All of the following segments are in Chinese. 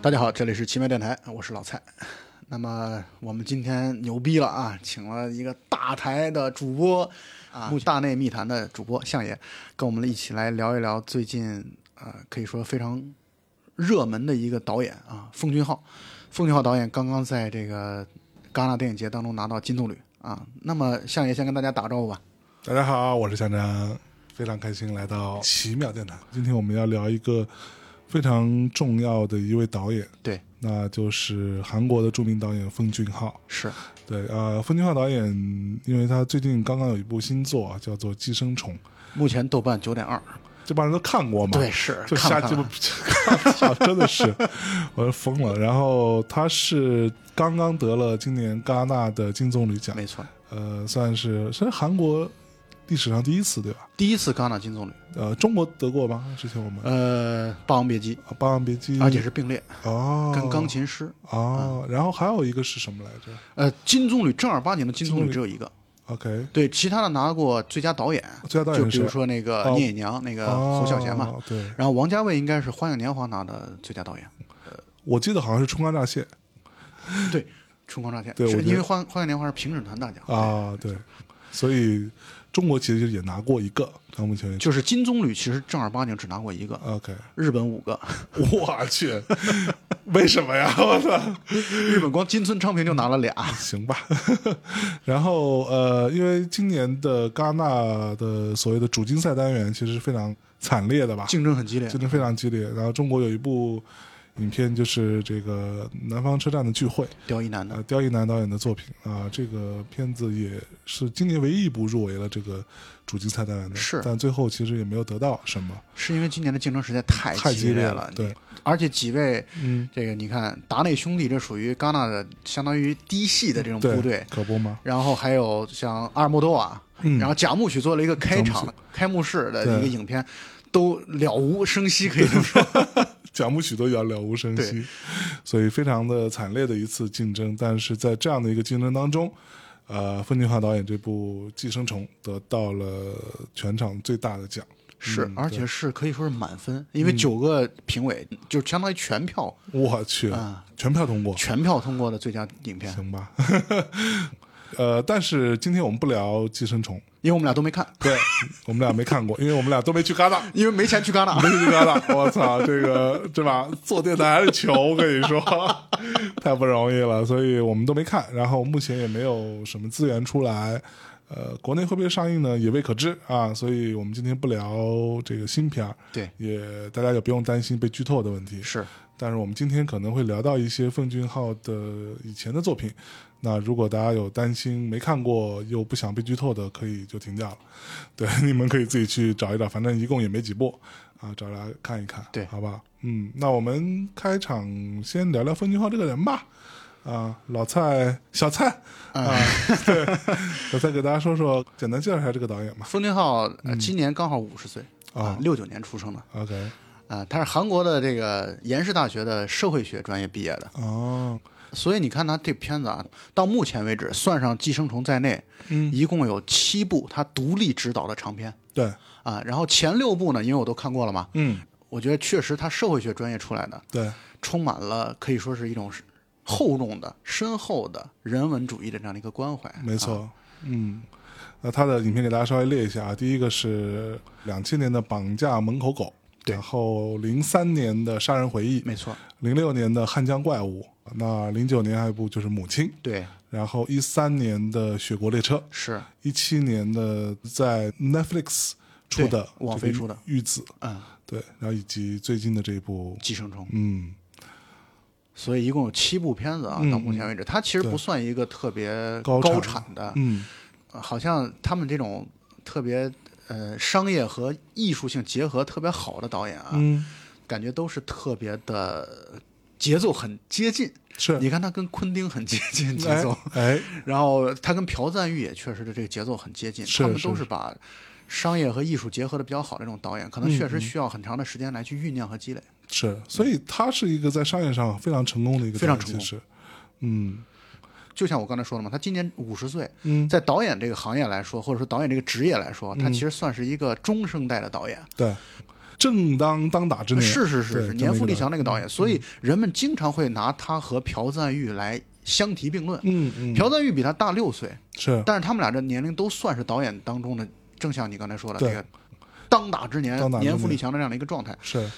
大家好，这里是奇妙电台，我是老蔡。那么我们今天牛逼了啊，请了一个大台的主播啊，大内密谈的主播相爷，跟我们一起来聊一聊最近呃，可以说非常热门的一个导演啊，奉俊昊。奉俊昊导演刚刚在这个戛纳电影节当中拿到金棕榈啊。那么相爷先跟大家打招呼吧。大家好，我是江江，非常开心来到奇妙电台。今天我们要聊一个非常重要的一位导演，对，那就是韩国的著名导演奉俊昊。是对，呃，奉俊昊导演，因为他最呃近刚刚有一部新作啊，叫做《寄生虫》，目前豆瓣九点二，这帮人都看过嘛？对，，是就看瞎不鸡看巴啊，看操真的是，我都疯了。然后他是刚刚得了今年戛纳的金棕榈奖，没错，呃，算是是韩国历史上第一次，对吧？第一次戛纳金棕榈，呃，中国得过吗？之前我们《呃，《霸王别姬》，啊霸王别姬》，而且是并列，哦，跟钢琴师。哦，然后还有一个是什么来着呃，金棕榈正儿八经的金棕金棕榈榈只有一个， ？OK，对，其他的拿过最佳导演，最佳导就演比是如说那个哦聂隐娘，那个哦侯孝贤嘛。，对，然后王家卫应该是《花样年华》拿的最佳导演，我记得好像是《冲关乍泄对，《春光乍泄对》我是觉得因为《花花样年华》是评审团大奖》，啊，对，所以中国其实也拿过一个，到目前为止。就是金棕榈其实正儿八经只拿过一个， OK，日本五个，我 去，为什么呀？我操！日本光金村昌平就拿了 俩，行吧。然后呃，因为今年的戛纳的所谓的主竞赛单元其实是非常惨烈的吧，竞争很激烈。竞争非常激烈。然后中国有一部影片就是这个《南方车站的聚会》，刁一男的呃，刁亦男导演的作品啊、这个片子也是今年唯一一部入围了这个主竞赛单元的，是但最后其实也没有得到什么，是因为今年的竞争实在太太激激烈了，对，而且几位嗯，这个你看，达内兄弟这属于戛纳的相当于嫡系的这种嗯部队，可不吗？然后还有像阿尔莫多瓦，嗯然后贾木许做了一个开贾木场、开幕式的对一个影片，都了无声息，可以这么说。贾木许都遥了无声息，所以非常的惨烈的一次竞争。但是在这样的一个竞争当中，呃，奉俊昊导演这部《寄生虫》得到了全场最大的奖，是，嗯而且是可以说是满分，因为九个评委就相当于全票我去，啊，全票通过，全票通过的最佳影片，行吧。 呃，但是今天我们不聊《寄生虫》，因为我们俩都没看，对 我们俩没看过，因为我们俩都没去戛纳，因为没钱去戛纳没。去戛纳。我操，这个对吧？做电台还是求，我跟你说， 太不容易了，所以我们都没看。然后目前也没有什么资源出来，呃，国内会不会上映呢？也未可知啊。所以我们今天不聊这个新片儿，对，也大家也不用担心被剧透的问题。是但是我们今天可能会聊到一些奉俊昊的以前的作品。那如果大家有担心没看过又不想被剧透的，可以就停掉了。对，你们可以自己去找一找，反正一共也没几部啊，找来看一看，对好吧？嗯，那我们开场先聊聊奉俊昊这个人吧。啊，老蔡，小蔡啊， 对，小蔡给大家说说，简单介绍一下这个导演吧。奉俊昊，嗯呃今年刚好五十岁啊啊，六九年出生的。 OK，啊，他是韩国的这个延世大学的社会学专业毕业的，哦，所以你看他这片子啊，到目前为止，算上《寄生虫》在内，嗯，一共有七部他独立执导的长片对，啊。然后前六部呢，因为我都看过了嘛，嗯，我觉得确实他社会学专业出来的，对，充满了可以说是一种厚重的、深厚的人文主义的这样的一个关怀。没错，啊，嗯，那他的影片给大家稍微列一下啊，第一个是两千年的《绑架门口狗》，对然后零三年的《杀人回忆》，没错，零六年的《汉江怪物》，那零九年还有一部就是《母亲》，对，然后一三年的《雪国列车》，是，一七年的在 Netflix 出的对网飞出的《玉子》，嗯，对，然后以及最近的这一部《寄生虫》。嗯，所以一共有七部片子啊，嗯到目前为止，它其实对不算一个特别高高产产的，嗯，呃好像他们这种特别呃商业和艺术性结合特别好的导演啊，嗯，感觉都是特别的节奏很接近。是，你看他跟昆汀很接近节哎奏，哎，然后他跟朴赞郁也确实的这个节奏很接近，是他们是都是把。商业和艺术结合的比较好的这种导演，可嗯能确实需要很长的时间来去酝酿和积累。是，所以他是一个在商业上非常成功的一个非常导成演功其实，嗯就像我刚才说了嘛，他今年五十岁，嗯，在导演这个行业来说，或者说导演这个职业来说，他其实算是一个中生代的导演。对。正当当打之年，是是是对是，这么年一富个嗯力导强那个导演，所以人们经常会拿他和朴赞玉来相提并论。嗯嗯，朴赞玉比他大六岁，是但是他们俩这年龄都算是导演当中的，正像你刚才说的对这个当打之年当打之年年富力强的这样的一个状态，是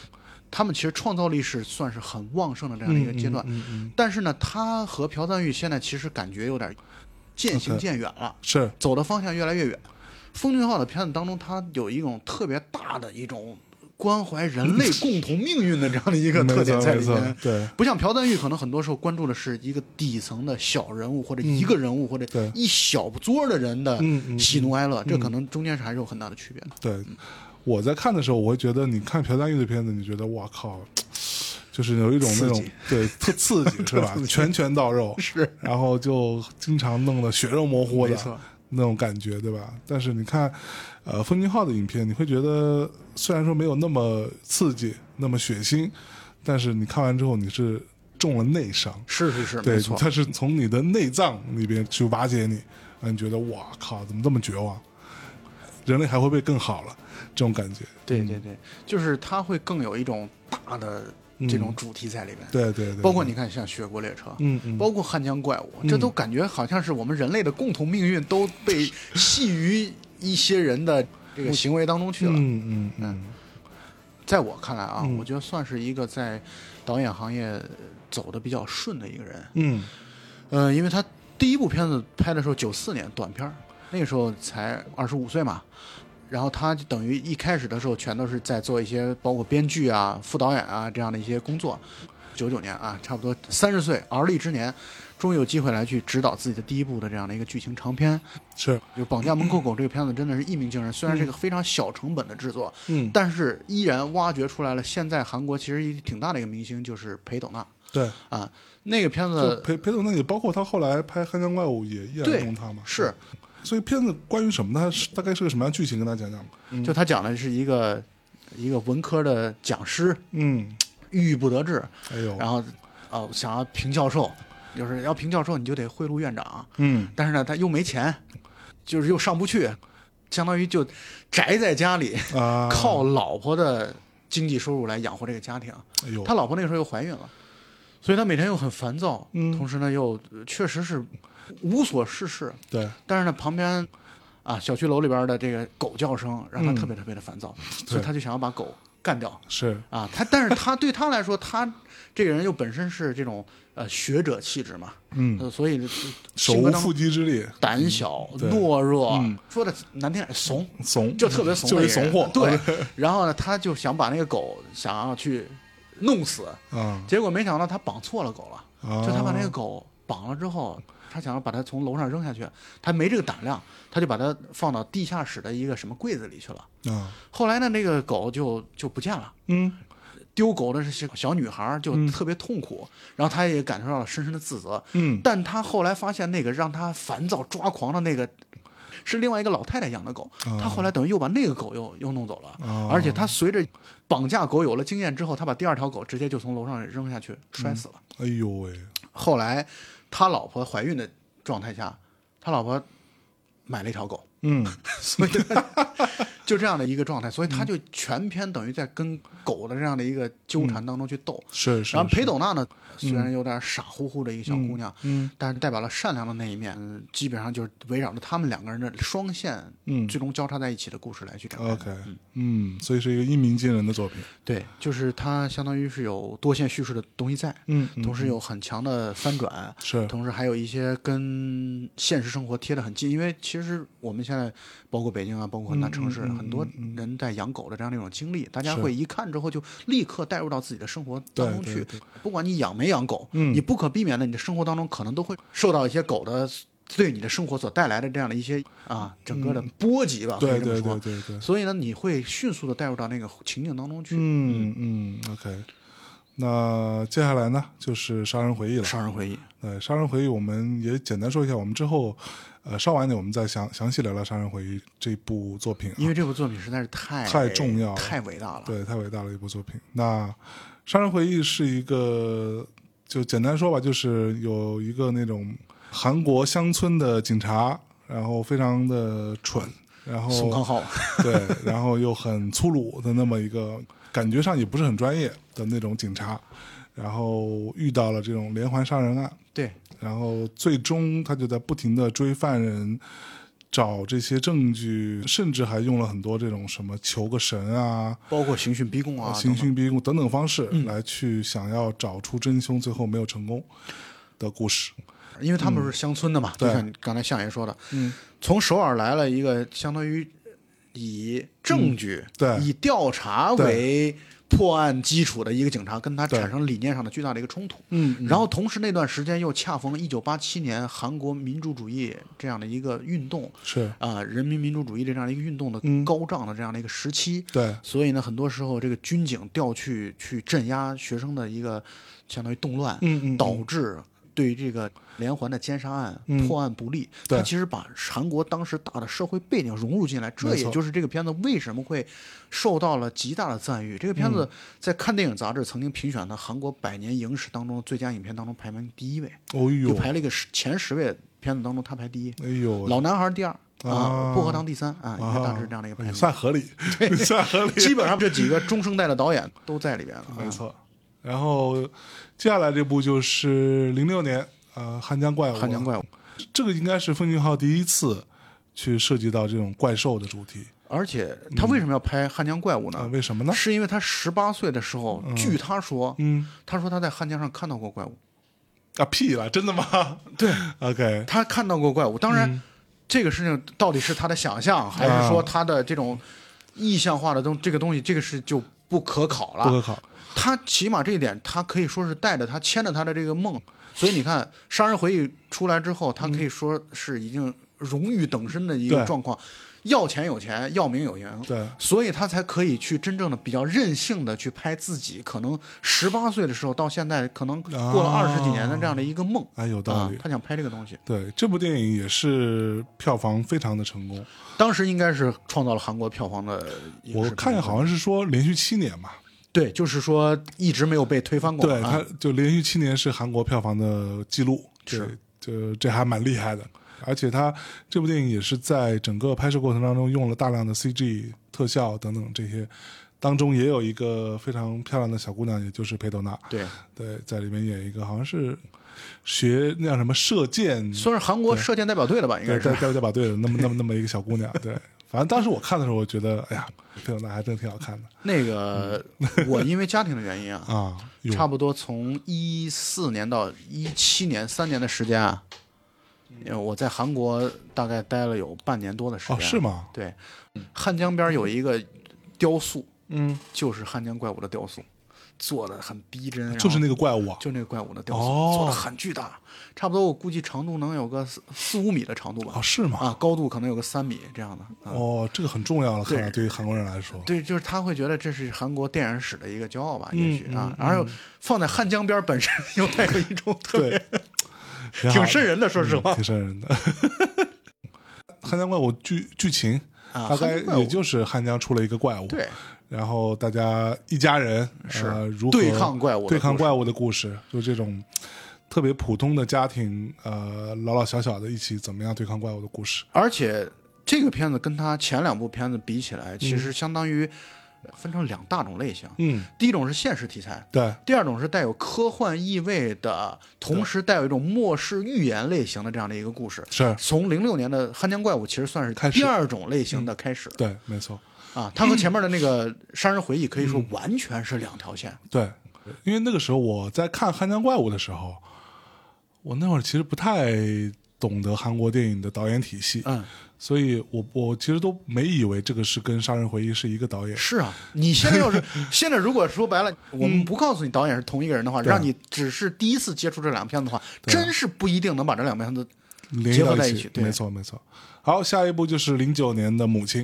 他们其实创造力是算是很旺盛的这样的一个阶段。嗯嗯嗯嗯但是呢，他和朴赞玉现在其实感觉有点渐行 OK 渐远了。是走的方向越来越远。奉俊昊的片子当中，他有一种特别大的一种关怀人 类共同命运的这样的一个没特点错在没里错面。对不像朴赞玉，可能很多时候关注的是一个底层的小人物，或者一个人物，或者嗯对一小撮的人的嗯嗯喜怒哀乐，这可能中间是还是有很大的区别的。对，我在看的时候，我会觉得你看朴赞玉的片子，你觉得哇靠，就是有一种刺那种激对特刺激是吧？拳拳到肉是，然后就经常弄得血肉模糊没的错那种感觉，对吧？但是你看，呃，奉俊昊的影片，你会觉得虽然说没有那么刺激，那么血腥，但是你看完之后你是中了内伤，是是是，对没，错。它是从你的内脏里边去瓦解你，让你觉得哇靠，怎么这么绝望？人类还会被更好了，这种感觉。对对对，就是他会更有一种大的这种主题在里面。对嗯对对，包括你看，像《雪国列车》，嗯嗯包括《汉江怪物》，这都感觉好像是我们人类的共同命运都被系于一些人的这个行为当中去了。嗯嗯嗯，在我看来啊，我觉得算是一个在导演行业走的比较顺的一个人。嗯呃，因为他第一部片子拍的时候，九四年短片儿，那个时候才二十五岁嘛。然后他就等于一开始的时候，全都是在做一些包括编剧啊、副导演啊这样的一些工作。九九年啊，差不多三十岁而立之年，终于有机会来去指导自己的第一部的这样的一个剧情长片。是，就《绑架门口狗》这个片子真的是一鸣惊人，虽然是一个非常小成本的制作，嗯但是依然挖掘出来了现在韩国其实一挺大的一个明星就是裴斗娜对。啊。那个片就子裴裴总那里，包括他后来拍《汉江怪物》也依然对用他嘛。是，所以片子关于什么呢？它是大概是个什么样的剧情？跟大家讲讲吧。就他讲的是一个一个文科的讲师，嗯，郁郁不得志，哎呦，然后哦、想要评教授，就是要评教授你就得贿赂院长，嗯，但是呢他又没钱，就是又上不去，相当于就宅在家里，啊，，靠老婆的经济收入来养活这个家庭。哎呦，他老婆那个时候又怀孕了，所以他每天又很烦躁，嗯同时呢又呃确实是无所事事，对，但是呢，旁边啊小区楼里边的这个狗叫声让他特嗯别特别的烦躁，所以他就想要把狗干掉是，啊。他但是他对他来说，他这个人又本身是这种呃学者气质嘛，嗯，呃所以呃手性格无当中缚鸡之力，胆小、对懦弱，说的难听点怂。怂，就特别怂的就一是个人，怂货。对，然后呢，他就想把那个狗想要去弄死，啊，结果没想到他绑错了狗了。就就他把哦那个狗绑了之后，他想要把它从楼上扔下去，他没这个胆量，他就把它放到地下室的一个什么柜子里去了。啊，后来呢，那个狗就就不见了。嗯，丢狗的是小女孩儿，就特别痛苦，然后她也感受到了深深的自责。嗯，但她后来发现，那个让她烦躁抓狂的那个，是另外一个老太太养的狗。哦她后来等于又把那个狗又又弄走了，哦而且她随着绑架狗有了经验之后，她把第二条狗直接就从楼上扔下去摔死了。哎呦喂，后来他老婆怀孕的状态下，他老婆买了一条狗，嗯，所以他就这样的一个状态，所以他就全篇等于在跟狗的这样的一个纠缠当中去斗。是是，然后裴斗娜呢，虽然有点傻乎乎的一个小姑娘，嗯但是代表了善良的那一面，嗯基本上就是围绕着他们两个人的双线，嗯最终交叉在一起的故事来去展开。 ，OK，嗯，所以是一个一鸣惊人的作品，对，就是它相当于是有多线叙事的东西在，嗯同时有很强的翻转，是同时还有一些跟现实生活贴得很近，因为其实我们现在包括北京啊，包括很嗯大城市，很多人在养狗的这样的一种经历，大家会一看之后就立刻带入到自己的生活当中对去。不管你养没养狗，嗯你不可避免的，你的生活当中可能都会受到一些狗的对你的生活所带来的这样的一些啊整个的波及吧，可嗯对以这么对说对对对，所以呢，你会迅速的带入到那个情境当中去。嗯嗯，OK，那接下来呢就是《杀人回忆》了。杀人回忆，呃，《杀人回忆》我们也简单说一下，我们之后，呃，稍晚一点我们再详详细聊聊《杀人回忆》这部作品、啊，因为这部作品实在是太太重要了太伟大了。对，太伟大了一部作品。那《杀人回忆》是一个，就简单说吧，就是有一个那种韩国乡村的警察，然后非常的蠢，然后宋康昊，对，然后又很粗鲁的那么一个，感觉上也不是很专业的那种警察，然后遇到了这种连环杀人案，对，然后最终他就在不停的追犯人，找这些证据，甚至还用了很多这种什么求个神啊、包括刑讯逼供啊，哦等刑等嗯讯呃逼供等等方式来去想要找出真凶，最后没有成功的故事。因为他们是乡村的嘛，就嗯对像你刚才相爷说的，嗯，从首尔来了一个相当于以证据、嗯对以调查为破案基础的一个警察，跟他产生理念上的巨大的一个冲突。嗯然后同时那段时间又恰逢一九八七年韩国民主主义这样的一个运动是啊、人民民主主义这样的一个运动的嗯高涨的这样的一个时期，对，所以呢，很多时候这个军警调去去镇压学生的一个相当于动乱，嗯嗯导致对这个连环的奸杀案、嗯破案不利。对他其实把韩国当时大的社会背景融入进来，这没也错就是这个片子为什么会受到了极大的赞誉。这个片子嗯在看电影杂志曾经评选的韩国百年影史当中最佳影片当中排名第一位，就哦呦，排了一个十前十位片子当中他排第一，哎呦，老男孩第二。啊，啊薄荷糖第三啊，应该啊当时这样的一个排也名，算合理， 算合理，基本上这几个中生代的导演都在里边了。没错。然后接下来这部就是零六年，呃，《汉江怪物》。 《汉江怪物》，物，这个应该是奉俊昊第一次去涉及到这种怪兽的主题而且他为什么要拍《汉江怪物》啊、呢？为什么呢？是因为他十八岁的时候，据他说，嗯，他说他在汉江上看到过怪物，啊，屁了，真的吗？对，OK， 他看到过怪物。当然，这个事情到底是他的想象，还是说他的这种意象化的东这个东西，这个是就不可考不了。可考。他起码这一点，他可以说是带着他牵着他的这个梦。所以你看，《杀人回忆》出来之后，他可以说是已经荣誉等身的一个对状况，要钱有钱，要名有名，对，所以他才可以去真正的比较任性的去拍自己可能十八岁的时候到现在，可能过了啊二十几年的这样的一个梦。哎，有道啊理。，他想拍这个东西，对，这部电影也是票房非常的成功。当时应该是创造了韩国票房的一个我史看见上好像是说连续七年嘛，对，就是说一直没有被推翻过。对，啊它就连续七年是韩国票房的记录，对是，就这还蛮厉害的。而且它这部电影也是在整个拍摄过程当中用了大量的 CG 特效等等这些，当中也有一个非常漂亮的小姑娘，也就是裴斗娜，对，对，在里面演一个好像是学那叫什么射箭，算是韩国射箭代表队了吧？应该对，是代。代代表队的那么那么那么一个小姑娘，对。反正当时我看的时候，我觉得，哎呀，裴斗娜还真挺好看的那个，我因为家庭的原因啊，嗯啊，有差不多从一四年到一七年三年的时间啊，呃我在韩国大概待了有半年多的时间。嗯啊哦，是吗？对，汉江边有一个雕塑，嗯，就是汉江怪物的雕塑，做的很逼真，然后就是那个怪物啊，就那个怪物的雕塑，哦做的很巨大，差不多我估计长度能有个四四五米的长度吧哦，，是吗？啊，高度可能有个三米这样的。啊哦，这个很重要了，看来对于韩国人来说，对，就是他会觉得这是韩国电影史的一个骄傲吧，也许嗯啊，然后放在汉江边本身 又带有一种特别对，嗯挺好 挺的瘆人的，说实话挺瘆人的。汉江怪物剧剧情啊，大汉概江怪也物就是汉江出了一个怪物，对，然后大家一家人是如何对抗怪物的对抗故事怪物的故事，就这种特别普通的家庭，呃，老老小小的一起怎么样对抗怪物的故事。而且这个片子跟他前两部片子比起来，其实相当于分成两大种类型。嗯，第一种是现实题材，对，第二种是带有科幻意味的，同时带有一种末世预言类型的这样的一个故事。是，从零六年的《汉江怪物》其实算开是始第二种类型的开始对，没错。啊，它和前面的那个《杀人回忆》可以说完全是两条线。对，因为那个时候我在看《汉江怪物》的时候，我那会儿其实不太懂得韩国电影的导演体系，嗯，所以我我其实都没以为这个是跟《杀人回忆》是一个导演。是啊，你现在要 是现在如果说白了，我们不告诉你导演是同一个人的话，嗯对啊让你只是第一次接触这两个片子的话，真是不一定能把这两个片子联系结合到在一一起对没错没错。好，下一部就是零九年的《啊母亲》。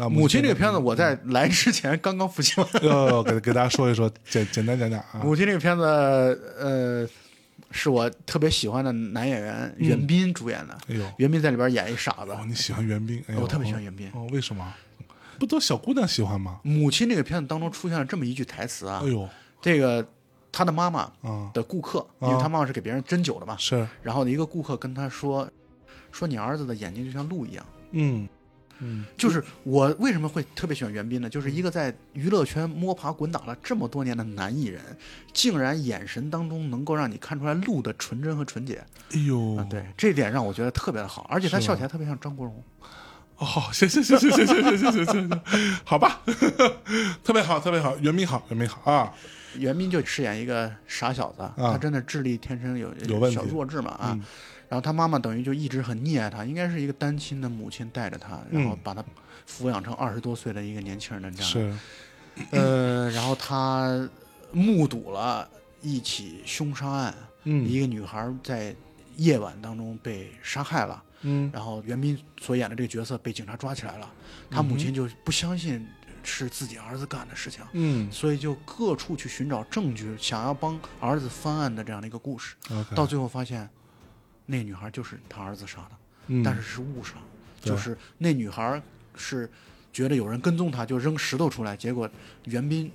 那《母亲》亲嗯这个片子，我在来之前刚刚复习完。这个， 呃，给给大家说一说，简简单讲讲啊。母亲这个片子，呃，是我特别喜欢的男演员袁彬主演的。哎呦，袁彬在里边演一傻子嗯哦，，你喜欢袁冰？哎呦，我特别喜欢袁彬哦，为什么？不都小姑娘喜欢吗？母亲这个片子当中出现了这么一句台词啊哎，呦，这个他的妈妈啊，的顾客，因啊为他妈妈是给别人针灸的嘛，是，然后一个顾客跟他说，说你儿子的眼睛就像鹿一样，嗯，嗯，就是我为什么会特别喜欢袁彬呢？就是一个在娱乐圈摸爬滚打了这么多年的男艺人，竟然眼神当中能够让你看出来路的纯真和纯洁哎呦啊！，对，这点让我觉得特别的好，而且他是笑吧起来特别像张国荣。哦，行行行行行行行行行行行， 好吧，特别好，特别好，袁明好，袁明好啊，袁彬就饰演一个傻小子，他真的智力天生有有问题嗯小弱智嘛啊。然后他妈妈等于就一直很溺爱他，应该是一个单亲的母亲带着他，然后把他抚养成二十多岁的一个年轻人的这样。嗯是，呃，然后他目睹了一起凶杀案，嗯一个女孩在夜晚当中被杀害了。嗯然后袁彬所演的这个角色被警察抓起来了，他母亲就不相信是自己儿子干的事情，嗯所以就各处去寻找证据，想要帮儿子翻案的这样的一个故事。 ，OK，到最后发现，那个女孩就是他儿子杀的，嗯但是是误杀，对就是那女孩是觉得有人跟踪她，就扔石头出来，结果袁彬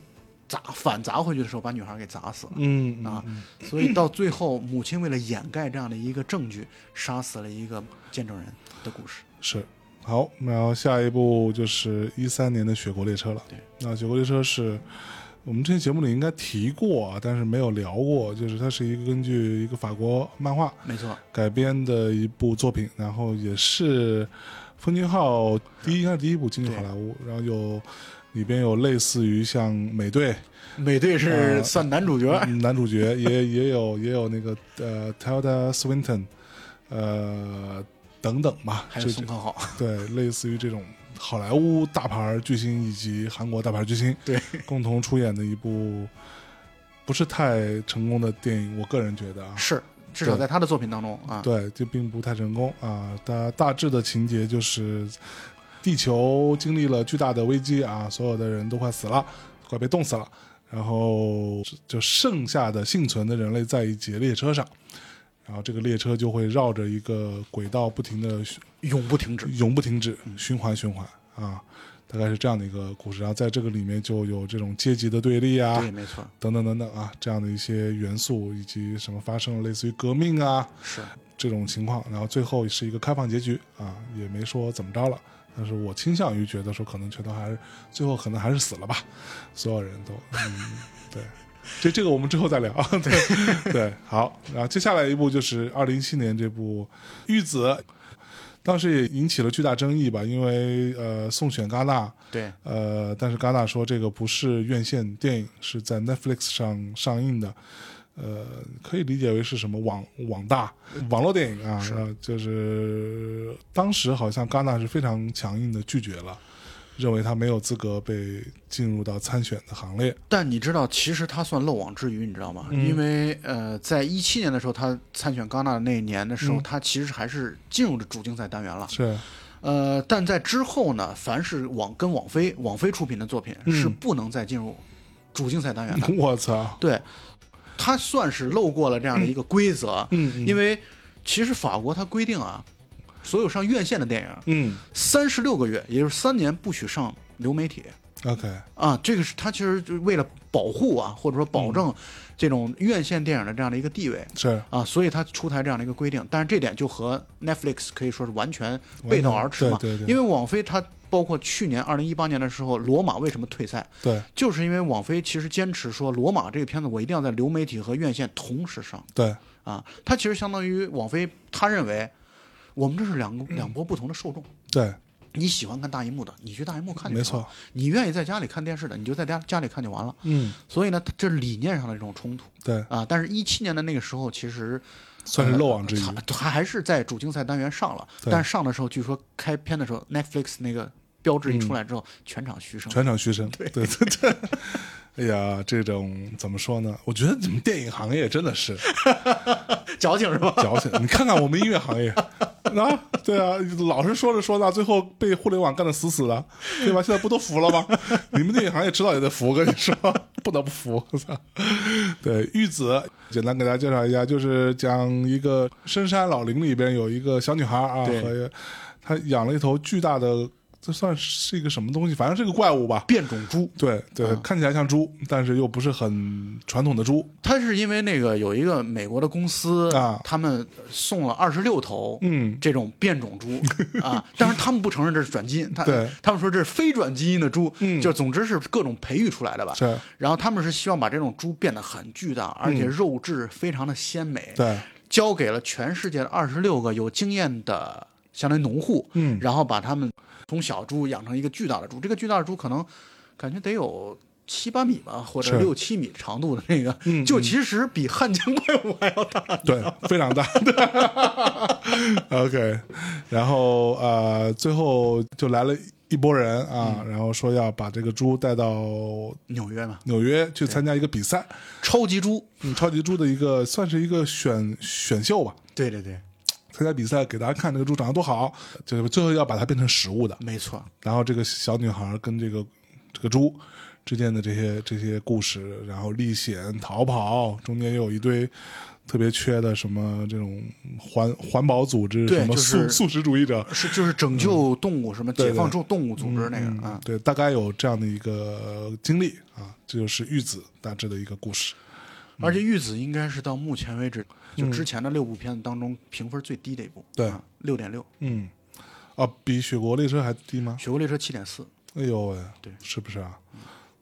砸反砸回去的时候把女孩给砸死了。嗯啊，所以到最后，母亲为了掩盖这样的一个证据，杀死了一个见证人的故事。是。好，然后下一步就是一三年的《雪国列车》了。对，那《雪国列车》是我们之前节目里应该提过啊，但是没有聊过，就是它是一个根据一个法国漫画没错，改编的一部作品，然后也是封俊浩第一应该是第一部进军好莱坞，然后有里边有类似于像美队、美队是呃算男主角，嗯男主角，也也有也有那个呃 Tilda Swinton，呃等等吧，还有这宋康昊。对，类似于这种好莱坞大牌巨星以及韩国大牌巨星对共同出演的一部不是太成功的电影，我个人觉得啊，是，至少对在他的作品当中啊，对，就并不太成功啊。大大致的情节就是，地球经历了巨大的危机啊，所有的人都快死了，快被冻死了。然后就剩下的幸存的人类在一节列车上，然后这个列车就会绕着一个轨道不停的永不停止。永不停止，循环循环啊，大概是这样的一个故事。然后在这个里面就有这种阶级的对立啊，对，没错，等等等等啊，这样的一些元素，以及什么发生了类似于革命啊是这种情况。然后最后是一个开放结局啊，也没说怎么着了。但是我倾向于觉得说，可能全都还是最后可能还是死了吧，所有人都，嗯，对，这这个我们之后再聊。对对，好，然后接下来一部就是二零一七年这部《玉子》，当时也引起了巨大争议吧，因为呃送选戛纳，对，呃，但是戛纳说这个不是院线电影，是在 Netflix 上上映的，呃，可以理解为是什么网网大网络电影啊，呃就是当时好像戛纳是非常强硬的拒绝了，认为他没有资格被进入到参选的行列。但你知道，其实他算漏网之鱼，你知道吗？因为呃，在一七年的时候，他参选戛纳的那一年的时候，他其实还是进入了主竞赛单元了。是，呃，但在之后呢，凡是网跟网飞网飞出品的作品是不能再进入主竞赛单元的。 我操，对，他算是漏过了这样的一个规则，嗯因为其实法国它规定啊，所有上院线的电影嗯三十六个月，也就是三年不许上流媒体。 ，OK，啊，这个是他其实就是为了保护啊，或者说嗯保证这种院线电影的这样的一个地位是啊，所以他出台这样的一个规定。但是这点就和 Netflix 可以说是完全背道而驰嘛，对对对因为网飞它包括去年二零一八年的时候，罗马为什么退赛，对就是因为网飞其实坚持说罗马这个片子我一定要在流媒体和院线同时上对，啊，它其实相当于网飞他认为我们这是两个嗯两波不同的受众。对，你喜欢看大荧幕的，你去大荧幕看就没行了错你愿意在家里看电视的，你就在家家里看就完了。嗯，所以呢，它这是理念上的这种冲突对，啊。但是，一七年的那个时候，其实算是漏网之鱼。它它还是在主竞赛单元上了，对但上的时候，据说开篇的时候，Netflix 那个标志一出来之后，全场嘘声。嗯全场嘘声。对对 对哎呀，这种怎么说呢？我觉得你们电影行业真的是矫情是吧？矫情。 你看看我们音乐行业啊，对啊，老是说着说着，最后被互联网干得死死的，对吧？现在不都服了吗？ 你们电影行业迟早也得服，我跟你说， 不得不服。 我操！对，玉子，简单给大家介绍一下，就是讲一个深山老林里边有一个小女孩啊，对和她养了一头巨大的这算是一个什么东西？反正是个怪物吧。变种猪，对对，看起来像猪，但是又不是很传统的猪。它是因为那个有一个美国的公司啊他们送了二十六头，嗯，这种变种 猪啊，但是他们不承认这是转基因，他对他们说这是非转基因的猪，嗯就总之是各种培育出来的吧。是，然后他们是希望把这种猪变得很巨大，而且肉质非常的鲜美，嗯对，交给了全世界的二十六个有经验的相当于农户，嗯然后把他们从小猪养成一个巨大的猪，这个巨大的猪可能感觉得有。七八米吧，或者是六七米长度的那个，嗯就其实比汉江怪物还要大。对，非常大。OK，然后呃，最后就来了一波人啊，然后说要把这个猪带到纽约嘛，纽约去参加一个比赛，超级猪，嗯，超级猪的一个算是一个选选秀吧。对对对，参加比赛，给大家看这个猪长得多好，就是最后要把它变成食物的。没错，然后这个小女孩跟这个这个猪之间的这些这些故事，然后历险、逃跑，中间又有一堆特别缺的什么这种环环保组织，对什么就素、是啊素食主义者，是就是拯救动物什么对嗯解对放出动物组织那个啊，对，大概有这样的一个经历啊，这就是玉子大致的一个故事。而且玉子应该是到目前为止就之前的六部片子当中评分最低的一部，对啊，六点六，嗯，啊，比雪国列车还低吗？雪国列车七点四，哎呦喂，对是不是啊？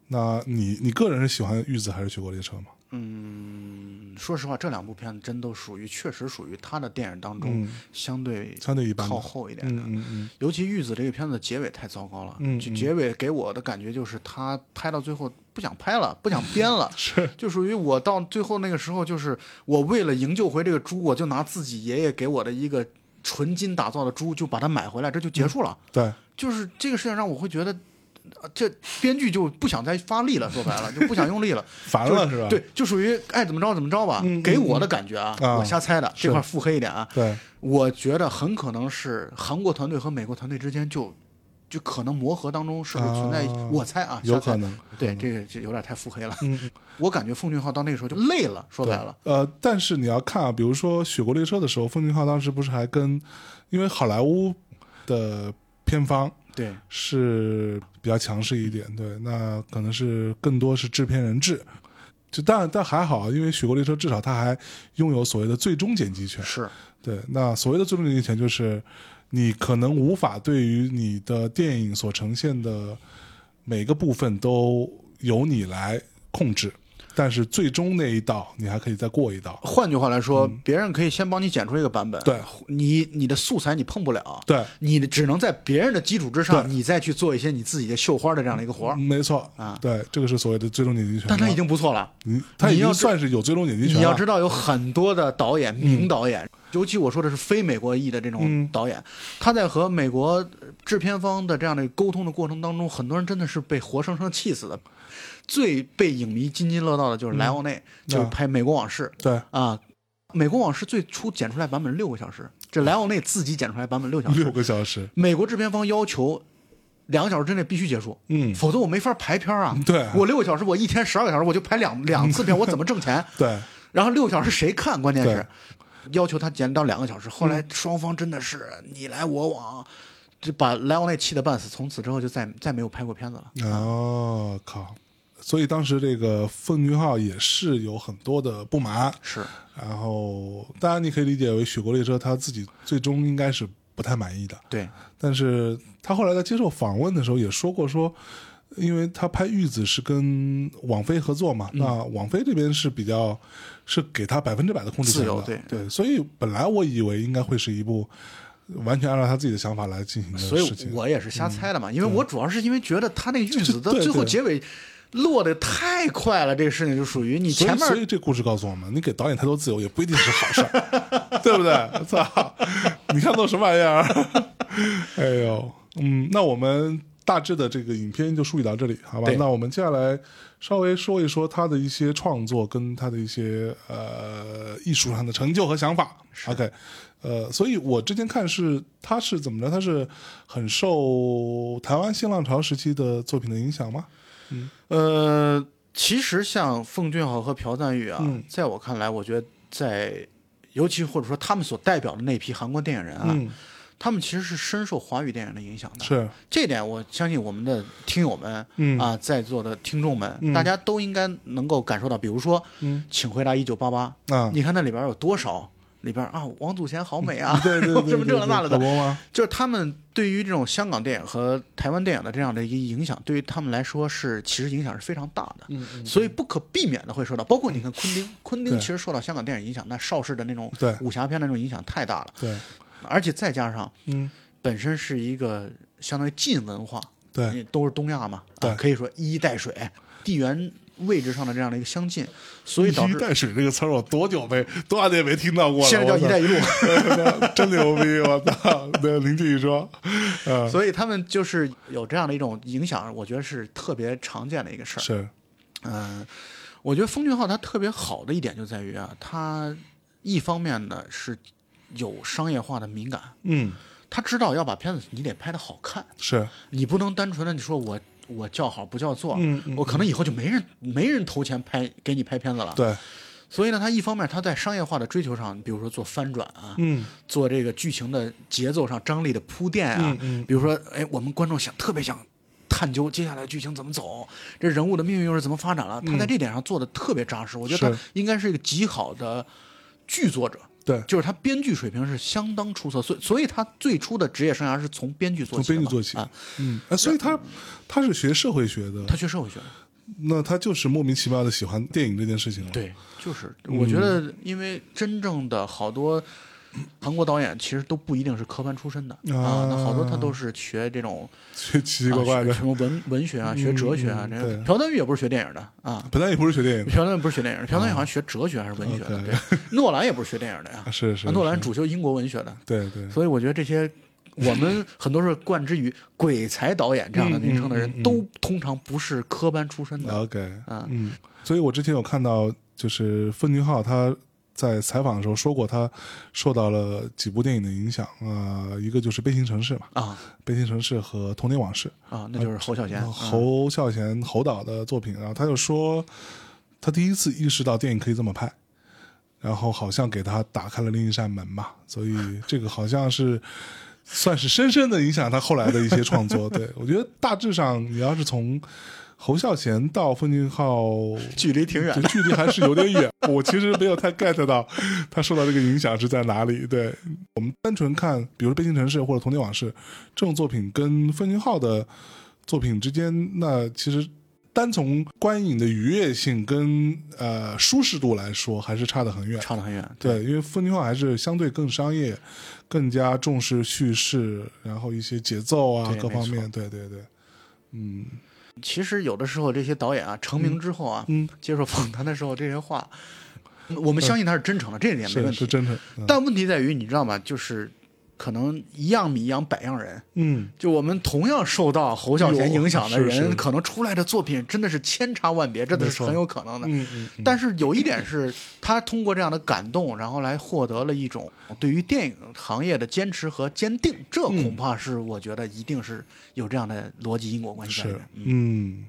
那你你个人是喜欢玉子还是雪国列车吗？嗯，说实话，这两部片子真都属于，确实属于他的电影当中相对相嗯对一般吧靠后一点的。嗯嗯嗯，尤其《玉子》这个片子的结尾太糟糕了，嗯就嗯结尾给我的感觉就是他拍到最后不想拍了，不 想编了，是就属于我到最后那个时候，就是我为了营救回这个猪，我就拿自己爷爷给我的一个纯金打造的猪就把它买回来，这就结束了。对。 就是这个事情让我会觉得。呃这编剧就不想再发力了，说白了就不想用力了，烦了是吧？对，就属于爱怎么着怎么着吧。嗯嗯给我的感觉啊，啊我瞎猜的，是这块腹黑一点啊。对，我觉得很可能是韩国团队和美国团队之间就就可能磨合当中是不是存在一，啊我猜啊，有瞎猜可。能。对，这个这有点太腹黑了。嗯， 我感觉奉俊昊到那个时候就累了，说白了，呃，但是你要看啊，比如说《雪国列车》的时候，奉俊昊当时不是还跟，因为好莱坞的片方对，是比较强势一点，对，那可能是更多是制片人制。就但但还好，啊因为《雪国列车》至少它还拥有所谓的最终剪辑权。是对，那所谓的最终剪辑权就是，你可能无法对于你的电影所呈现的每个部分都由你来控制，但是最终那一道你还可以再过一道。换句话来说，别人可以先帮你剪出一个版本，嗯对，你你的素材你碰不了，对，你只能在别人的基础之上，对嗯你再去做一些你自己的绣花的这样的一个活儿，没错啊对，这个是所谓的最终剪辑权。但他已经不错了。嗯，他你已要经知算是有最终剪辑权了。你要知道，有很多的导演，名导演，尤其我说的是非美国裔的这种嗯导演，他在和美国制片方的这样的沟通的过程当中，很多人真的是被活生生气死的。最被影迷津津乐道的就是嗯莱奥内，就是啊拍《美国往事对，》啊，《美国往事》最初剪出来版本六个小时，这莱奥内自己剪出来版本六小时。六个小时。美国制片方要求两个小时之内必须结束，嗯，否则我没法排片儿啊。对我六个小时，我一天十二个小时，我就排两两次片，我怎么挣钱？对，然后六小时谁看？关键是对嗯要求他减到两个小时。后来双方真的是你来我往，就把莱昂内气得半死。从此之后就再再没有拍过片子了。哦，靠！所以当时这个奉俊昊也是有很多的不满，是然后当然你可以理解为雪国列车他自己最终应该是不太满意的，对，但是他后来在接受访问的时候也说过说。因为他拍《玉子》是跟网飞合作嘛，嗯那网飞这边是比较是给他百分之百的控制权自由的，对对，所以本来我以为应该会是一部完全按照他自己的想法来进行的所事以情，嗯我也是瞎猜的嘛，因为我主要是因为觉得他那个玉子的对对最后结尾落得太快了，这个事情就属于你所以前所面以这故事告诉我们，你给导演太多自由也不一定是好事儿， 对不对？操，你看都什么玩意儿？ 哎呦，嗯，那我们大致的这个影片就梳理到这里，好吧对？那我们接下来稍微说一说他的一些创作跟他的一些呃艺术上的成就和想法。OK，呃，所以我之前看是他是怎么着？他是很受台湾新浪潮时期的作品的影响吗？呃，其实像奉俊昊和朴赞玉啊，嗯在我嗯看来，我觉得在尤其或者说他们所代表的那批韩国电影人啊，他们其实是深受华语电影的影响的。是，这点，我相信我们的听友们，嗯啊，在座的听众们，嗯大家都应该能够感受到。比如说，嗯，请回答一九八八，啊，你看那里边有多少里边啊，王祖贤好美啊，嗯对 对对，什么这了那了可的，不吗？就是他们对于这种香港电影和台湾电影的这样的一个影响，对于他们来说是其实影响是非常大的，嗯所以不可避免的会受到。包括你看昆汀，昆汀对其实受到香港电影影响，那邵氏的那种对武侠片的那种影响太大了，对，而且再加上嗯，本身是一个相当于近文化，对，你都是东亚嘛，对啊，可以说一衣带水，地缘位置上的这样的一个相近，所以导一致带水这个词儿，我多久没多少年没听到过了？现在叫我一操带一路。真牛逼！我操！对，林俊宇说，嗯，所以他们就是有这样的一种影响，我觉得是特别常见的一个事儿。是，嗯，我觉得奉俊昊他特别好的一点就在于啊，他一方面呢是有商业化的敏感，嗯，他知道要把片子你得拍得好看，是，你不能单纯的你说我我叫好不叫座，嗯嗯我可能以后就没人没人投钱拍给你拍片子了。对，所以呢，他一方面他在商业化的追求上，比如说做翻转啊，嗯，做这个剧情的节奏上张力的铺垫啊嗯，嗯比如说，哎，我们观众想特别想探究接下来剧情怎么走，这人物的命运又是怎么发展了，他在这点上做的特别扎实，我觉得他嗯是应该是一个极好的剧作者。对，就是他编剧水平是相当出色，所以所以他最初的职业生涯是从编剧做从起的编嘛，剧做起啊，嗯，哎所以他他是学社会学的，他学社会学的，那他就是莫名其妙的喜欢电影这件事情了。，对，就是我觉嗯得，因为真正的好多韩国导演其实都不一定是科班出身的啊啊那好多他都是学这种学奇奇啊怪怪学的。什么文文学啊，学哲学啊，嗯这个对朴丹玉也不是学电影的啊。本来也不是学电影的，朴丹玉不是学电影的，朴丹玉好像学哲学还是文学的。啊 OK 对，诺兰也不是学电影的呀，是是啊诺兰主修英国文学的，对对，所以我觉得这些我们很多是冠之于鬼才导演这样的名称的嗯嗯嗯人，都通常不是科班出身的。 OK，啊嗯，所以我之前有看到，就是奉俊昊他在采访的时候说过，他受到了几部电影的影响啊、呃一个就是《悲情城市》嘛，啊《悲情城市》和《童年往事啊，那就是侯孝》，贤，啊嗯侯孝贤侯导的作品，然啊后他就说，他第一次意识到电影可以这么拍。然后好像给他打开了另一扇门吧，所以这个好像是算是深深的影响他后来的一些创作。对我觉得大致上，你要是从侯孝贤到奉俊昊，距离挺远 这。距离还是有点远。我其实没有太 get 到他受到这个影响是在哪里。对我们单纯看，比如《说《悲情城市》或者《童年往事》这种作品，跟奉俊昊的作品之间，那其实单从观影的愉悦性跟呃舒适度来说，还是差得很远。差得很远，对，因为奉俊昊还是相对更商业，更加重视叙事，然后一些节奏啊对各方没错面。对对对，嗯，其实有的时候这些导演啊，成名之后啊，嗯嗯嗯接受访谈的时候这些话，我们相信他是真诚的，这一点没是问题是。真诚。嗯但问题在于，你知道吗？就是可能一样米养百样人，嗯，就我们同样受到侯孝贤影响的有是人，是可能出来的作品真的是千差万别，真的没是错很有可能的。嗯嗯嗯但是有一点是，他通过这样的感动，然后来获得了一种对于电影行业的坚持和坚定，这恐怕是我觉得一定是有这样的逻辑因果关系在里是面。，嗯，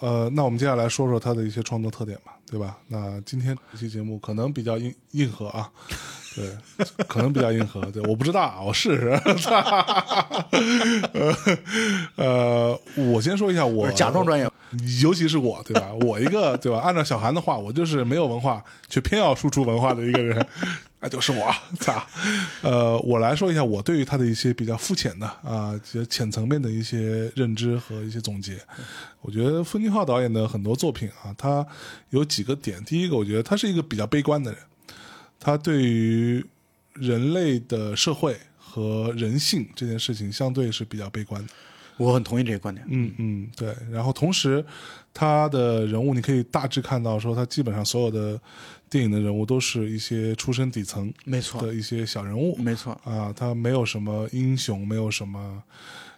呃，那我们接下来说说他的一些创作特点吧，对吧？那今天这期节目可能比较硬硬核啊，对， 可能比较硬核，对，我不知道啊，我试 试。呃，我先说一下我我假装专业，尤其是我，对吧？我一个对吧？按照小韩的话，我就是没有文化，却偏要输出文化的一个人，啊，就是我， 操！呃，我来说一下我对于他的一些比较肤浅的啊，比较浅层面的一些认知和一些总结。我觉得奉俊昊导演的很多作品啊，他有几个点。第一个，我觉得他是一个比较悲观的人，他对于人类的社会和人性这件事情，相对是比较悲观的。我很同意这个观点。嗯嗯，对。然后同时，他的人物你可以大致看到，说他基本上所有的电影的人物都是一些出身底层没错，嗯的一些小人物没错，啊，他没有什么英雄，没有什么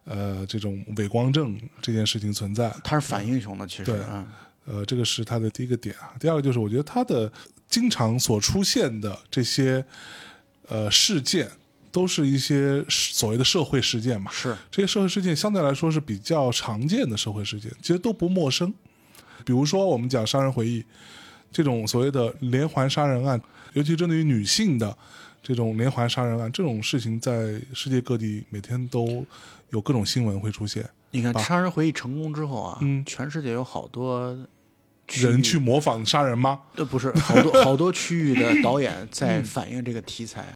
呃这种伪光正这件事情存在。他是反英雄的，其实对啊，呃，这个是他的第一个点啊。第二个就是，我觉得他的经常所出现的这些呃事件，都是一些所谓的社会事件嘛。是这些社会事件相对来说是比较常见的社会事件，其实都不陌生。比如说，我们讲杀人回忆这种所谓的连环杀人案，尤其针对于女性的这种连环杀人案这种事情，在世界各地每天都有各种新闻会出现，你看杀人回忆成功之后啊，嗯全世界有好多区域人去模仿杀人吗？呃，不是好多好多区域的导演在反映这个题材，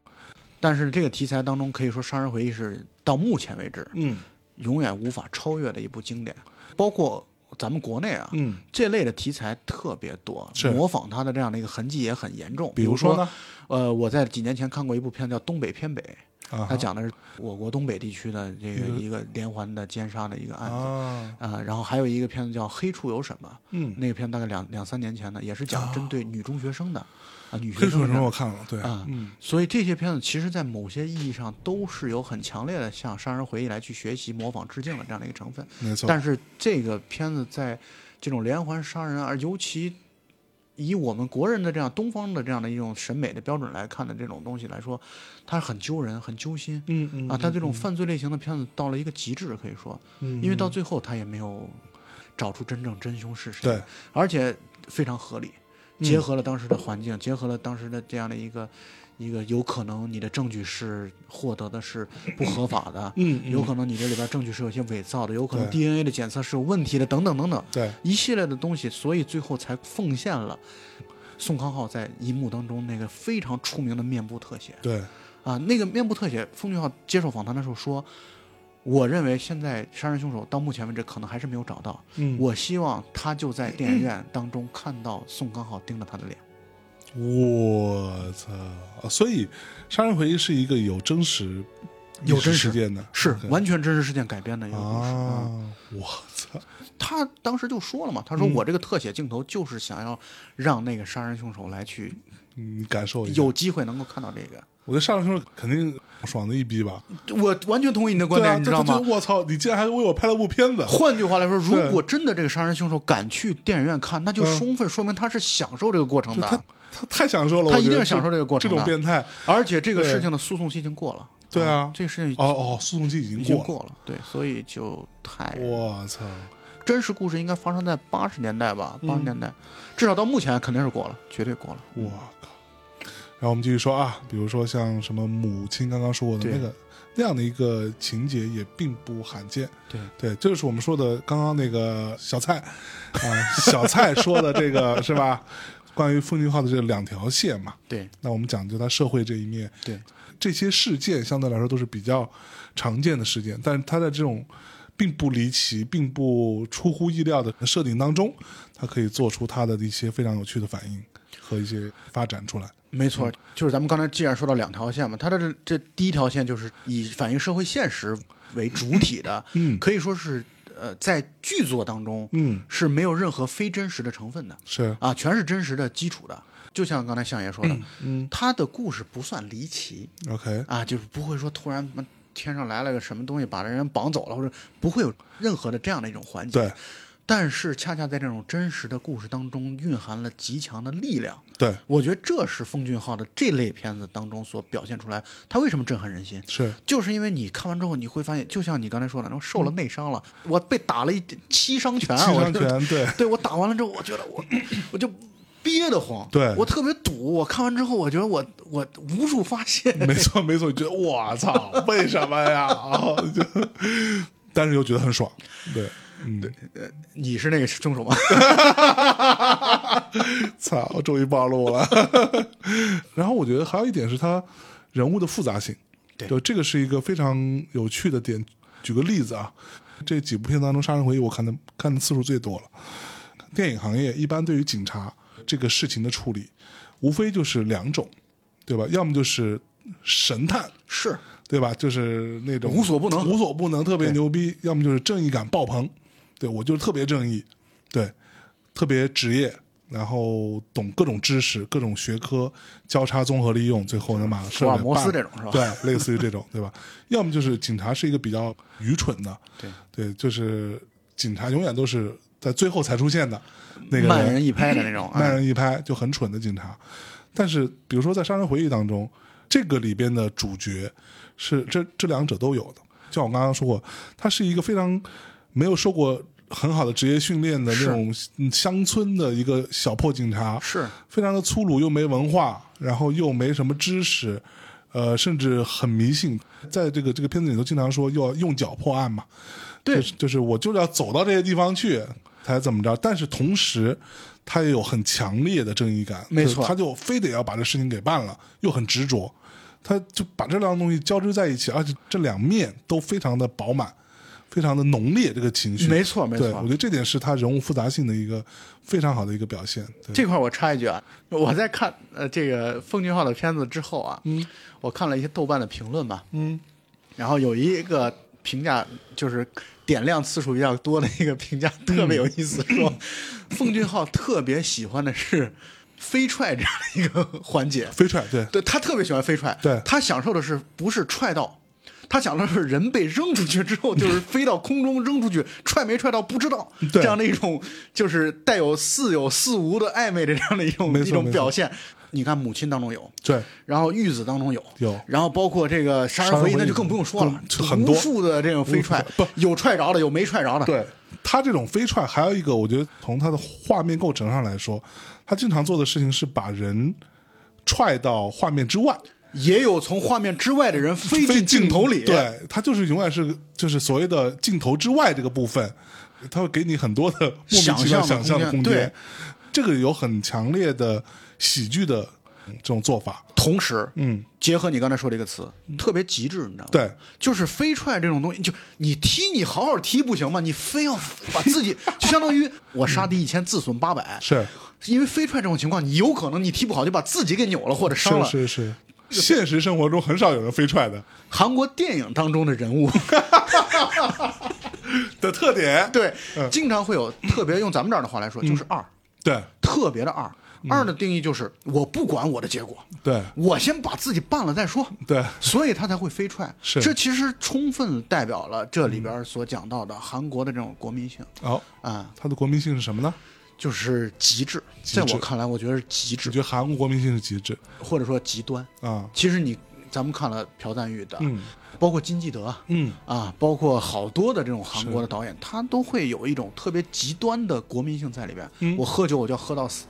但是这个题材当中可以说《杀人回忆》是到目前为止嗯永远无法超越的一部经典，包括咱们国内啊。嗯，这类的题材特别多是，模仿它的这样的一个痕迹也很严重。比如如说呢？呃，我在几年前看过一部片叫《东北偏北》，它啊哈嗯讲的是我国东北地区的这个一个连环的奸杀的一个案子。啊，啊，然后还有一个片子叫《黑处有什么》，嗯，啊那个片大概两两三年前的，也是讲针对女中学生的，啊，女黑学手生什么的。我看了，对，啊嗯所以这些片子其实，在某些意义上都是有很强烈的向《杀人回忆》来去学习、模仿、致敬的这样的一个成分。没错，但是这个片子在这种连环杀人，而啊尤其以我们国人的这样东方的这样的一种审美的标准来看的这种东西来说，它是很揪人、很揪心嗯嗯啊。它这种犯罪类型的片子到了一个极致，可以说，嗯因为到最后他也没有找出真正真凶是谁，对，嗯而且非常合理，结合了当时的环境，结合了当时的这样的一个一个有可能你的证据是获得的是不合法的，嗯嗯有可能你这里边证据是有些伪造的，有可能对 DNA 的检测是有问题的，等等等等，对，一系列的东西，所以最后才奉献了。宋康昊在一幕当中那个非常出名的面部特写对，啊，那个面部特写，奉俊昊接受访谈的时候说，我认为现在杀人凶手到目前为止可能还是没有找到，嗯，我希望他就在电影院当中看到宋康昊盯着他的脸。嗯我操！啊所以《杀人回忆》是一个有真实、有历史真实事件的，是 OK 完全真实事件改编的一个故事。嗯啊！我操！他当时就说了嘛，他嗯说我这个特写镜头就是想要让那个杀人凶手来去你感受一下，有机会能够看到这个。我觉得杀人凶手肯定爽的一逼吧？我完全同意你的观对点，啊，你这知道这吗这？我操！你竟然还为我拍了部片子，换句话来说，如对果真的这个杀人凶手敢去电影院看，那就嗯充分说明他是享受这个过程就他的，他太享受了，他我觉一定得是享受这个过程这的种变态，而且这个对事情的诉讼期已经过了。对啊这个事情哦哦，诉讼期已已经经过过了，对，所以就太了，我操！真实故事应该发生在八十年代吧，嗯八十年代，至少到目前肯定是过了，绝对过了。我靠！然后我们继续说啊，比如说像什么母亲刚刚说过的对那个那样的一个情节，也并不罕见。对对，这就是我们说的刚刚那个小蔡啊、小蔡说的这个是吧？关于奉俊昊的这两条线嘛，对那我们讲就他社会这一面，对，这些事件相对来说都是比较常见的事件，但是他在这种并不离奇、并不出乎意料的设定当中，他可以做出他的一些非常有趣的反应和一些发展出来。没错，就是咱们刚才既然说到两条线嘛，它的这这第一条线就是以反映社会现实为主体的，嗯可以说是呃在剧作当中嗯，是没有任何非真实的成分的是，啊，全是真实的基础的。就像刚才相爷说的，嗯他的故事不算离奇，OK，啊，就是不会说突然他妈天上来了个什么东西把这人绑走了，或者不会有任何的这样的一种环节。对但是恰恰在这种真实的故事当中，蕴含了极强的力量。对我觉得这是奉俊昊的这类片子当中所表现出来，他为什么震撼人心？是，就是因为你看完之后，你会发现，就像你刚才说的，我受了内伤了，我被打了一七伤拳嗯七啊，我伤就拳，对，对我打完了之后，我觉得我我就憋得慌，对我特别堵。我看完之后，我觉得我我无处发泄， 没错没错，你觉得我操，为什么呀？ 然后就，但是又觉得很爽，对，嗯， 对，你是那个凶手吗？操，终于暴露了。 然后我觉得还有一点是他人物的复杂性，对就这个是一个非常有趣的点。举个例子啊，这几部片当中，《杀人回忆》我看的看的次数最多了。电影行业一般对于警察这个事情的处理，无非就是两种，对吧？要么就是神探， 是对吧？就是那种无所不能无所不能，特别牛逼；要么就是正义感爆棚，对我就是特别正义，对，特别职业，然后懂各种知识、各种学科，交叉综合利用，最后能把事福儿尔给摩斯办这种是吧对，类似于这种，对吧？要么就是警察是一个比较愚蠢的，对对，就是警察永远都是在最后才出现的那个嗯慢人人一拍的那种，慢哎人一拍就很蠢的警察。但是，比如说在《杀人回忆》当中，这个里边的主角是这这两者都有的。就像我刚刚说过，他是一个非常没有受过很好的职业训练的那是种嗯乡村的一个小破警察，是非常的粗鲁又没文化，然后又没什么知识，呃，甚至很迷信，在这个这个片子里头经常说要用脚破案嘛，对就是，就是我就要走到这些地方去才怎么着，但是同时。他也有很强烈的正义感，没就是错他就非得要把这事情给办了，又很执着，他就把这两个东西交织在一起，而且这两面都非常的饱满，非常的浓烈，这个情绪，没错没对，我错觉。得这点是他人物复杂性的一个非常好的一个表现。对这块儿我插一句啊，我在看呃这个奉俊昊的片子之后啊，嗯我看了一些豆瓣的评论嘛，嗯然后有一个评价就是点亮次数比较多的一个评价，特别有意思，说奉俊昊特别喜欢的是飞踹这样的一个环节，飞踹对对他特别喜欢飞踹，对他享受的是不是踹到，他享受的是人被扔出去之后，就是飞到空中扔出去，踹没踹到不知道，这对样的一种就是带有似有似无的暧昧的这样的一种没错一没种错表现。你看母亲当中有，对，然后玉子当中有，有然后包括这个杀人回忆，那就更不用说了，更很多无数的这种飞踹，不有踹着的，有没踹着的，对他这种飞踹，还有一个，我觉得从他的画面构成上来说，他经常做的事情是把人踹到画面之外，也有从画面之外的人飞飞进镜头里，对他就是永远是就是所谓的镜头之外这个部分，他会给你很多的莫名想其妙象的想象的空间间对。这个有很强烈的喜剧的嗯这种做法，同时，嗯，结合你刚才说这个词，特别极致，你知道吗？对，就是飞踹这种东西，就你踢你好好踢不行吗？你非要把自己就相当 于我杀敌一千自损八百，是因为飞踹这种情况，你有可能你踢不好就把自己给扭了或者伤了。是是是，现实生活中很少有人飞踹的韩国电影当中的人 物，的特点，对，嗯经常会有特别用咱们这儿的话来说，就是二，对特别的二。嗯二的定义就是我不管我的结果，对我先把自己办了再说。对所以他才会飞踹。嗯是嗯这其实充分代表了这里边所讲到的韩国的这种国民性好，啊、哦他的国民性是什么呢？就是极致。极致在我看来，我觉得是极我致，觉得韩国国民性是极致或者说极端。啊，其实你咱们看了朴赞玉的，嗯包括金基德嗯，啊，包括好多的这种韩国的导演，他都会有一种特别极端的国民性在里边。嗯我喝酒我就要喝到死。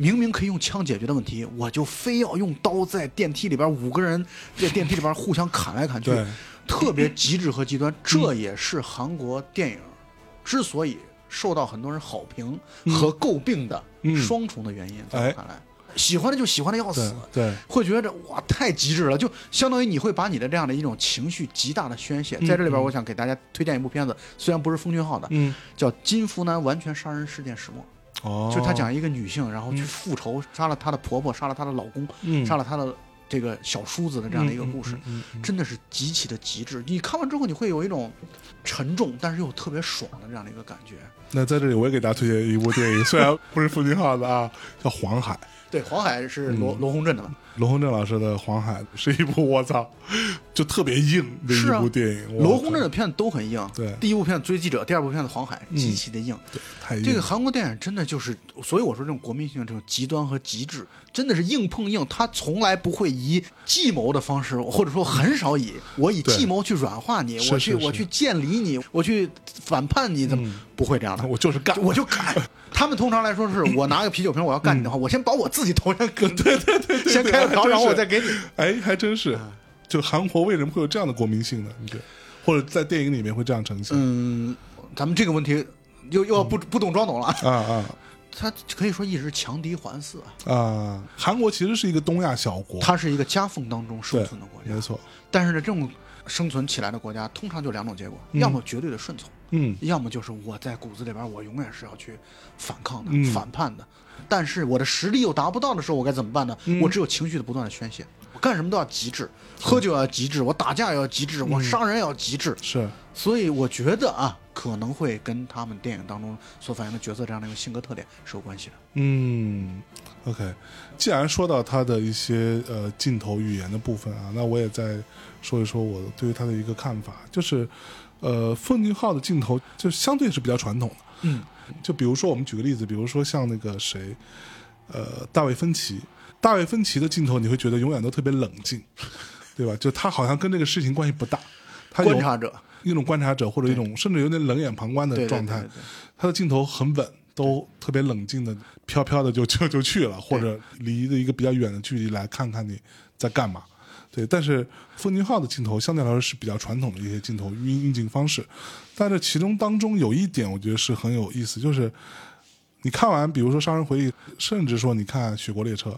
明明可以用枪解决的问题，我就非要用刀在电梯里边五个人在电梯里边互相砍来砍去对，嗯特别极致和极端。这也是韩国电影之所以受到很多人好评嗯和诟病的双重的原因。在我看来，喜欢的就喜欢的要哎对死，对，会觉得哇太极致了，就相当于你会把你的这样的一种情绪极大的宣泄。在这里边，我想给大家推荐一部片子，虽然不是奉俊昊的，嗯，叫《金福南完全杀人事件始末》，哦，就是他讲一个女性，然后去复仇，杀了她的婆婆，杀了她的老公，嗯杀了她的这个小叔子的这样的一个故事，嗯真的是极其的极致。你看完之后，你会有一种沉重但是又特别爽的这样的一个感觉。那在这里我也给大家推荐一部电影，虽然不是奉俊昊的啊，叫《黄海》，对，黄海是嗯罗、罗洪镇的嘛？罗洪镇老师的《黄海》是一部我操，就特别硬的是一啊部电影。我罗靠洪镇的片子都很硬，对嗯第一部片子《追击者》，第二部片子《黄海》，极其的硬。太硬这个韩国电影真的就是，所以我说这种国民性、这种极端和极致，真的是硬碰硬。他从来不会以计谋的方式，或者说很少以我以对计谋去软化你，是我是去是我去建立你，我去反叛你，怎么、不会这样的？ 我就是干，我就干。 他们通常来说是我拿个啤酒瓶，我要干你的话，我先把我自己 头上割，嗯对对对先开了还真膛，是然后我再给你。哎，还真是，啊就韩国为什么会有这样的国民性呢？你觉得，或者在电影里面会这样呈现？嗯，咱们这个问题又又要不不懂装懂了 啊。啊啊他可以说一直是强敌环伺啊，啊！韩国其实是一个东亚小国，它是一个夹缝当中生对存的国，家没。错，但是呢，这种生存起来的国家，通常就两种结果：要么绝对的顺从，嗯，要么就是我在骨子里边，我永远是要去反抗的、嗯反叛的。但是我的实力又达不到的时候，我该怎么办呢？嗯我只有情绪的不断的宣泄，我干什么都要极致，喝酒要极致，我打架也要极嗯致，我杀人也要极致。是所以我觉得啊，可能会跟他们电影当中所反映的角色这样的一个性格特点是有关系的。嗯，OK，既然说到他的一些呃镜头语言的部分啊，那我也再说一说我对于他的一个看法，就是呃，奉俊昊的镜头就相对是比较传统的，嗯，就比如说我们举个例子，比如说像那个谁，呃，大卫芬奇，大卫芬奇的镜头你会觉得永远都特别冷静，对吧？就他好像跟这个事情关系不大，他有嗯观察者，一种观察者或者一种甚至有点冷眼旁观的对对状态对对对，他的镜头很稳，都特别冷静的飘飘的就就就去了，或者离的一个比较远的距离来看看你在干嘛。对，但是奉俊昊的镜头相对来说是比较传统的一些镜头运运镜方式，但是其中当中有一点我觉得是很有意思，就是你看完比如说《杀人回忆》，甚至说你看《雪国列车》，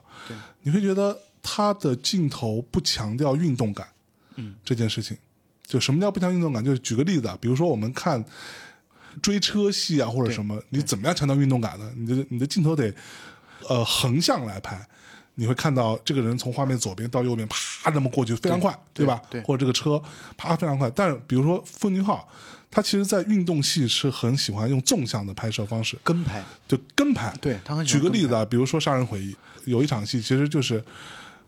你会觉得他的镜头不强调运动感，嗯，这件事情，就什么叫不强调运动感？就是举个例子啊，比如说我们看。追车戏啊，或者什么，你怎么样强调运动感呢？你的你的镜头得呃横向来拍，你会看到这个人从画面左边到右边啪那么过去，非常快，对吧？对或者这个车啪非常快。但是比如说奉俊昊，他其实在运动戏是很喜欢用纵向的拍摄方式，跟拍，就跟拍。对他很喜举欢个例跟子啊，比如说《杀人回忆》，有一场戏其实就是。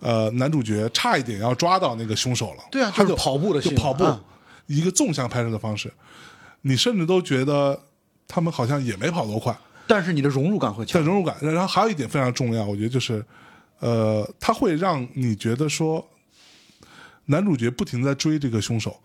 呃，男主角差一点要抓到那个凶手了。对啊他就是跑步的戏就嘛跑步啊，一个纵向拍摄的方式，你甚至都觉得他们好像也没跑多快，但是你的融入感会但强，融入感。然后还有一点非常重要，我觉得就是，呃，它会让你觉得说，男主角不停地在追这个凶手，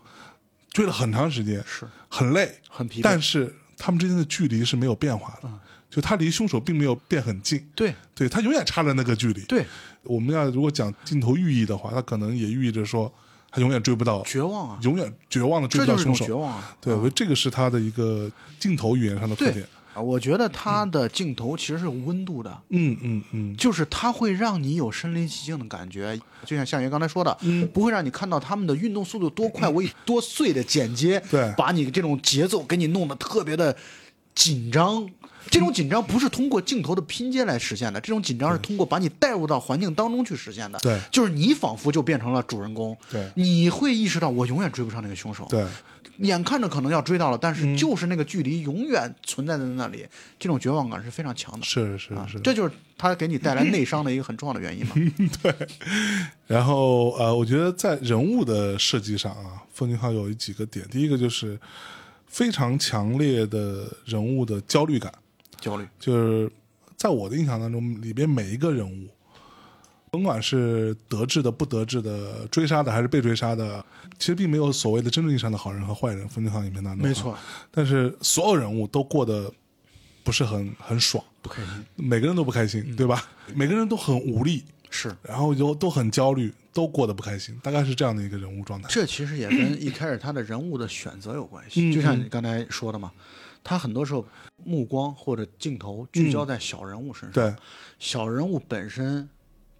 追了很长时间，是很累，很疲惫。嗯但是他们之间的距离是没有变化的，就他离凶手并没有变很近，对对他永远差着那个距离。对，我们要如果讲镜头寓意的话，它可能也寓意着说，他永远追不到，绝望啊，永远绝望的追这不就到是一种凶手绝。望啊。对，我觉得这个是他的一个镜头语言上的特对点。啊，我觉得他的镜头其实是有温度的，嗯嗯嗯，就是它会让你有身临其境的感觉，就像向爷刚才说的，嗯不会让你看到他们的运动速度多快，我以多碎的剪接，对把你这种节奏给你弄得特别的紧张。这种紧张不是通过镜头的拼接来实现的，这种紧张是通过把你带入到环境当中去实现的。对就是你仿佛就变成了主人公，对你会意识到我永远追不上那个凶手，对，眼看着可能要追到了，但嗯是就是那个距离永远存在在那里，这种绝望感是非常强的。是是啊是，。这就是它给你带来内伤的一个很重要的原 因嘛。然后呃，我觉得在人物的设计上啊，奉俊昊有几个点，第一个就是非常强烈的人物的焦虑感，焦虑，就是在我的印象当中，里边每一个人物，甭管是得志的、不得志的、追杀的还是被追杀的，其实并没有所谓的真正意义上的好人和坏人。奉俊昊影片当中，啊没错，但是所有人物都过得不是很很爽，不开心每个人都不开心，嗯对吧？每个人都很无力，是。然后又都很焦虑，都过得不开心，大概是这样的一个人物状态。这其实也跟一开始他的人物的选择有关系，嗯就像你刚才说的嘛，他很多时候目光或者镜头聚焦在小人物身上，嗯对，小人物本身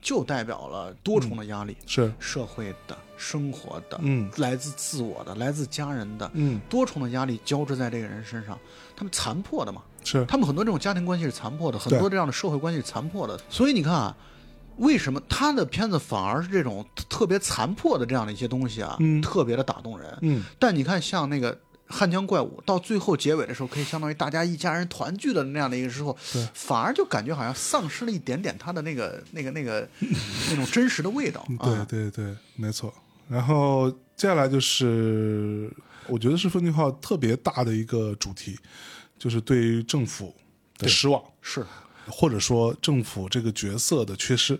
就代表了多重的压力，是，社会的、生活的，嗯来自自我的、来自家人的，嗯，多重的压力交织在这个人身上，他们残破的嘛，是，他们很多这种家庭关系是残破的，很对多这样的社会关系是残破的。所以你看啊，为什么他的片子反而是这种特别残破的这样的一些东西啊，嗯特别的打动人？嗯，但你看像那个《汉江怪物》到最后结尾的时候，可以相当于大家一家人团聚的那样的一个时候对，反而就感觉好像丧失了一点点他的那个 那个那个那种真实的味道啊。对对对，没错。然后接下来就是，我觉得是奉俊昊特别大的一个主题，就是对于政府的失望，是或者说政府这个角色的缺失。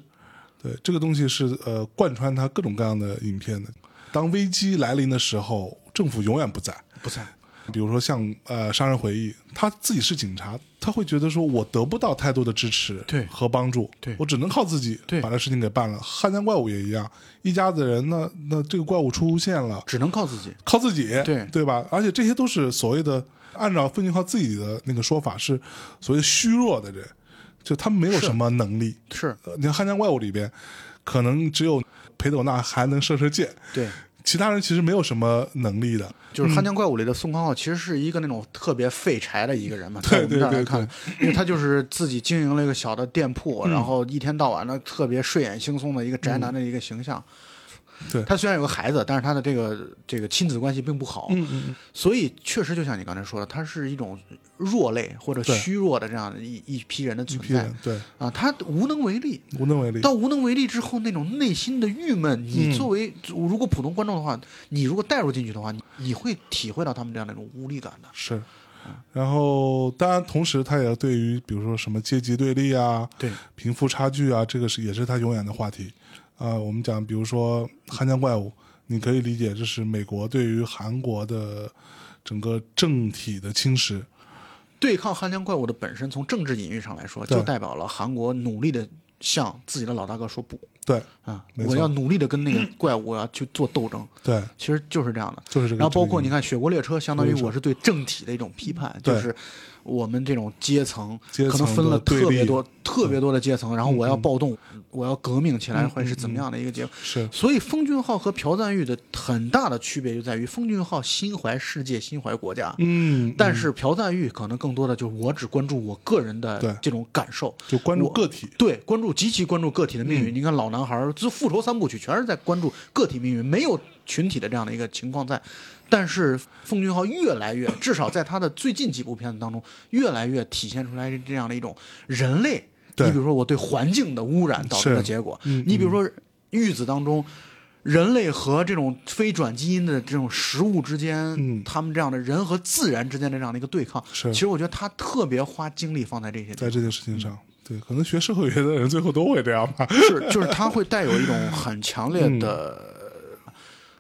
对，这个东西是呃贯穿他各种各样的影片的。当危机来临的时候，政府永远不在。不在比如说像呃《杀人回忆》，他自己是警察，他会觉得说我得不到太多的支持对和帮助，对我只能靠自己对把这事情给办了。汉江怪物也一样，一家子人呢，那这个怪物出现了，只能靠自己。靠自己，对对吧？而且这些都是所谓的，按照奉俊昊自己的那个说法，是所谓虚弱的人，就他们没有是什么能力。是呃你看《汉江怪物》里边，可能只有裴斗娜还能射射箭，对。其他人其实没有什么能力的。就是《汉江怪物》里的宋康昊，其实是一个那种特别废柴的一个人嘛，在我们对这儿来对嗯看，因为他就是自己经营了一个小的店铺，然后一天到晚的特别睡眼惺忪的一个宅男的一个形象。对他虽然有个孩子，但是他的这个这个亲子关系并不好，嗯嗯嗯，所以确实就像你刚才说的，他是一种弱类或者对虚弱的这样的一一批人的一存批在人对啊，他无能为力。无能为力。到无能为力之后，那种内心的郁闷，你嗯作为如果普通观众的话，你如果带入进去的话，你你会体会到他们这样的一种无力感的。是，然后当然，同时他也对于比如说什么阶级对立啊、对，贫富差距啊，这个是也是他永远的话题。啊、我们讲，比如说《汉江怪物》，你可以理解这是美国对于韩国的整个政体的侵蚀。对抗汉江怪物的本身，从政治隐喻上来说，对就代表了韩国努力的向自己的老大哥说不对啊，没我错要努力的跟那个怪物我要去做斗争，对，其实就是这样的。就是这个。然后包括你看《雪国列车》，相当于我是对政体的一种批判，对就是我们这种阶层阶层可能分了的对立嗯特别多、特别多的阶层，然后我要暴动，我要革命起来，会是怎么样的一个结果？是所以封俊浩和朴赞玉的很大的区别就在于，封俊浩心怀世界、心怀国家，嗯，但是朴赞玉可能更多的就是我只关注我个人对的这种感受，就关注我个体，嗯对，关注极其关注个体的命运。你看老男孩儿，这复仇三部曲全是在关注个体命运，没有群体的这样的一个情况在。但是奉俊昊越来越，至少在他的最近几部片子当中，越来越体现出来这样的一种人类。对你比如说我对环境的污染导致的是结果，嗯你比如说玉子当中。人类和这种非转基因的这种食物之间，嗯他们这样的人和自然之间的这样的一个对抗，是其实我觉得他特别花精力放在这些地方在这件事情上，对，可能学社会学的人最后都会这样吧。是，就是它会带有一种很强烈嗯的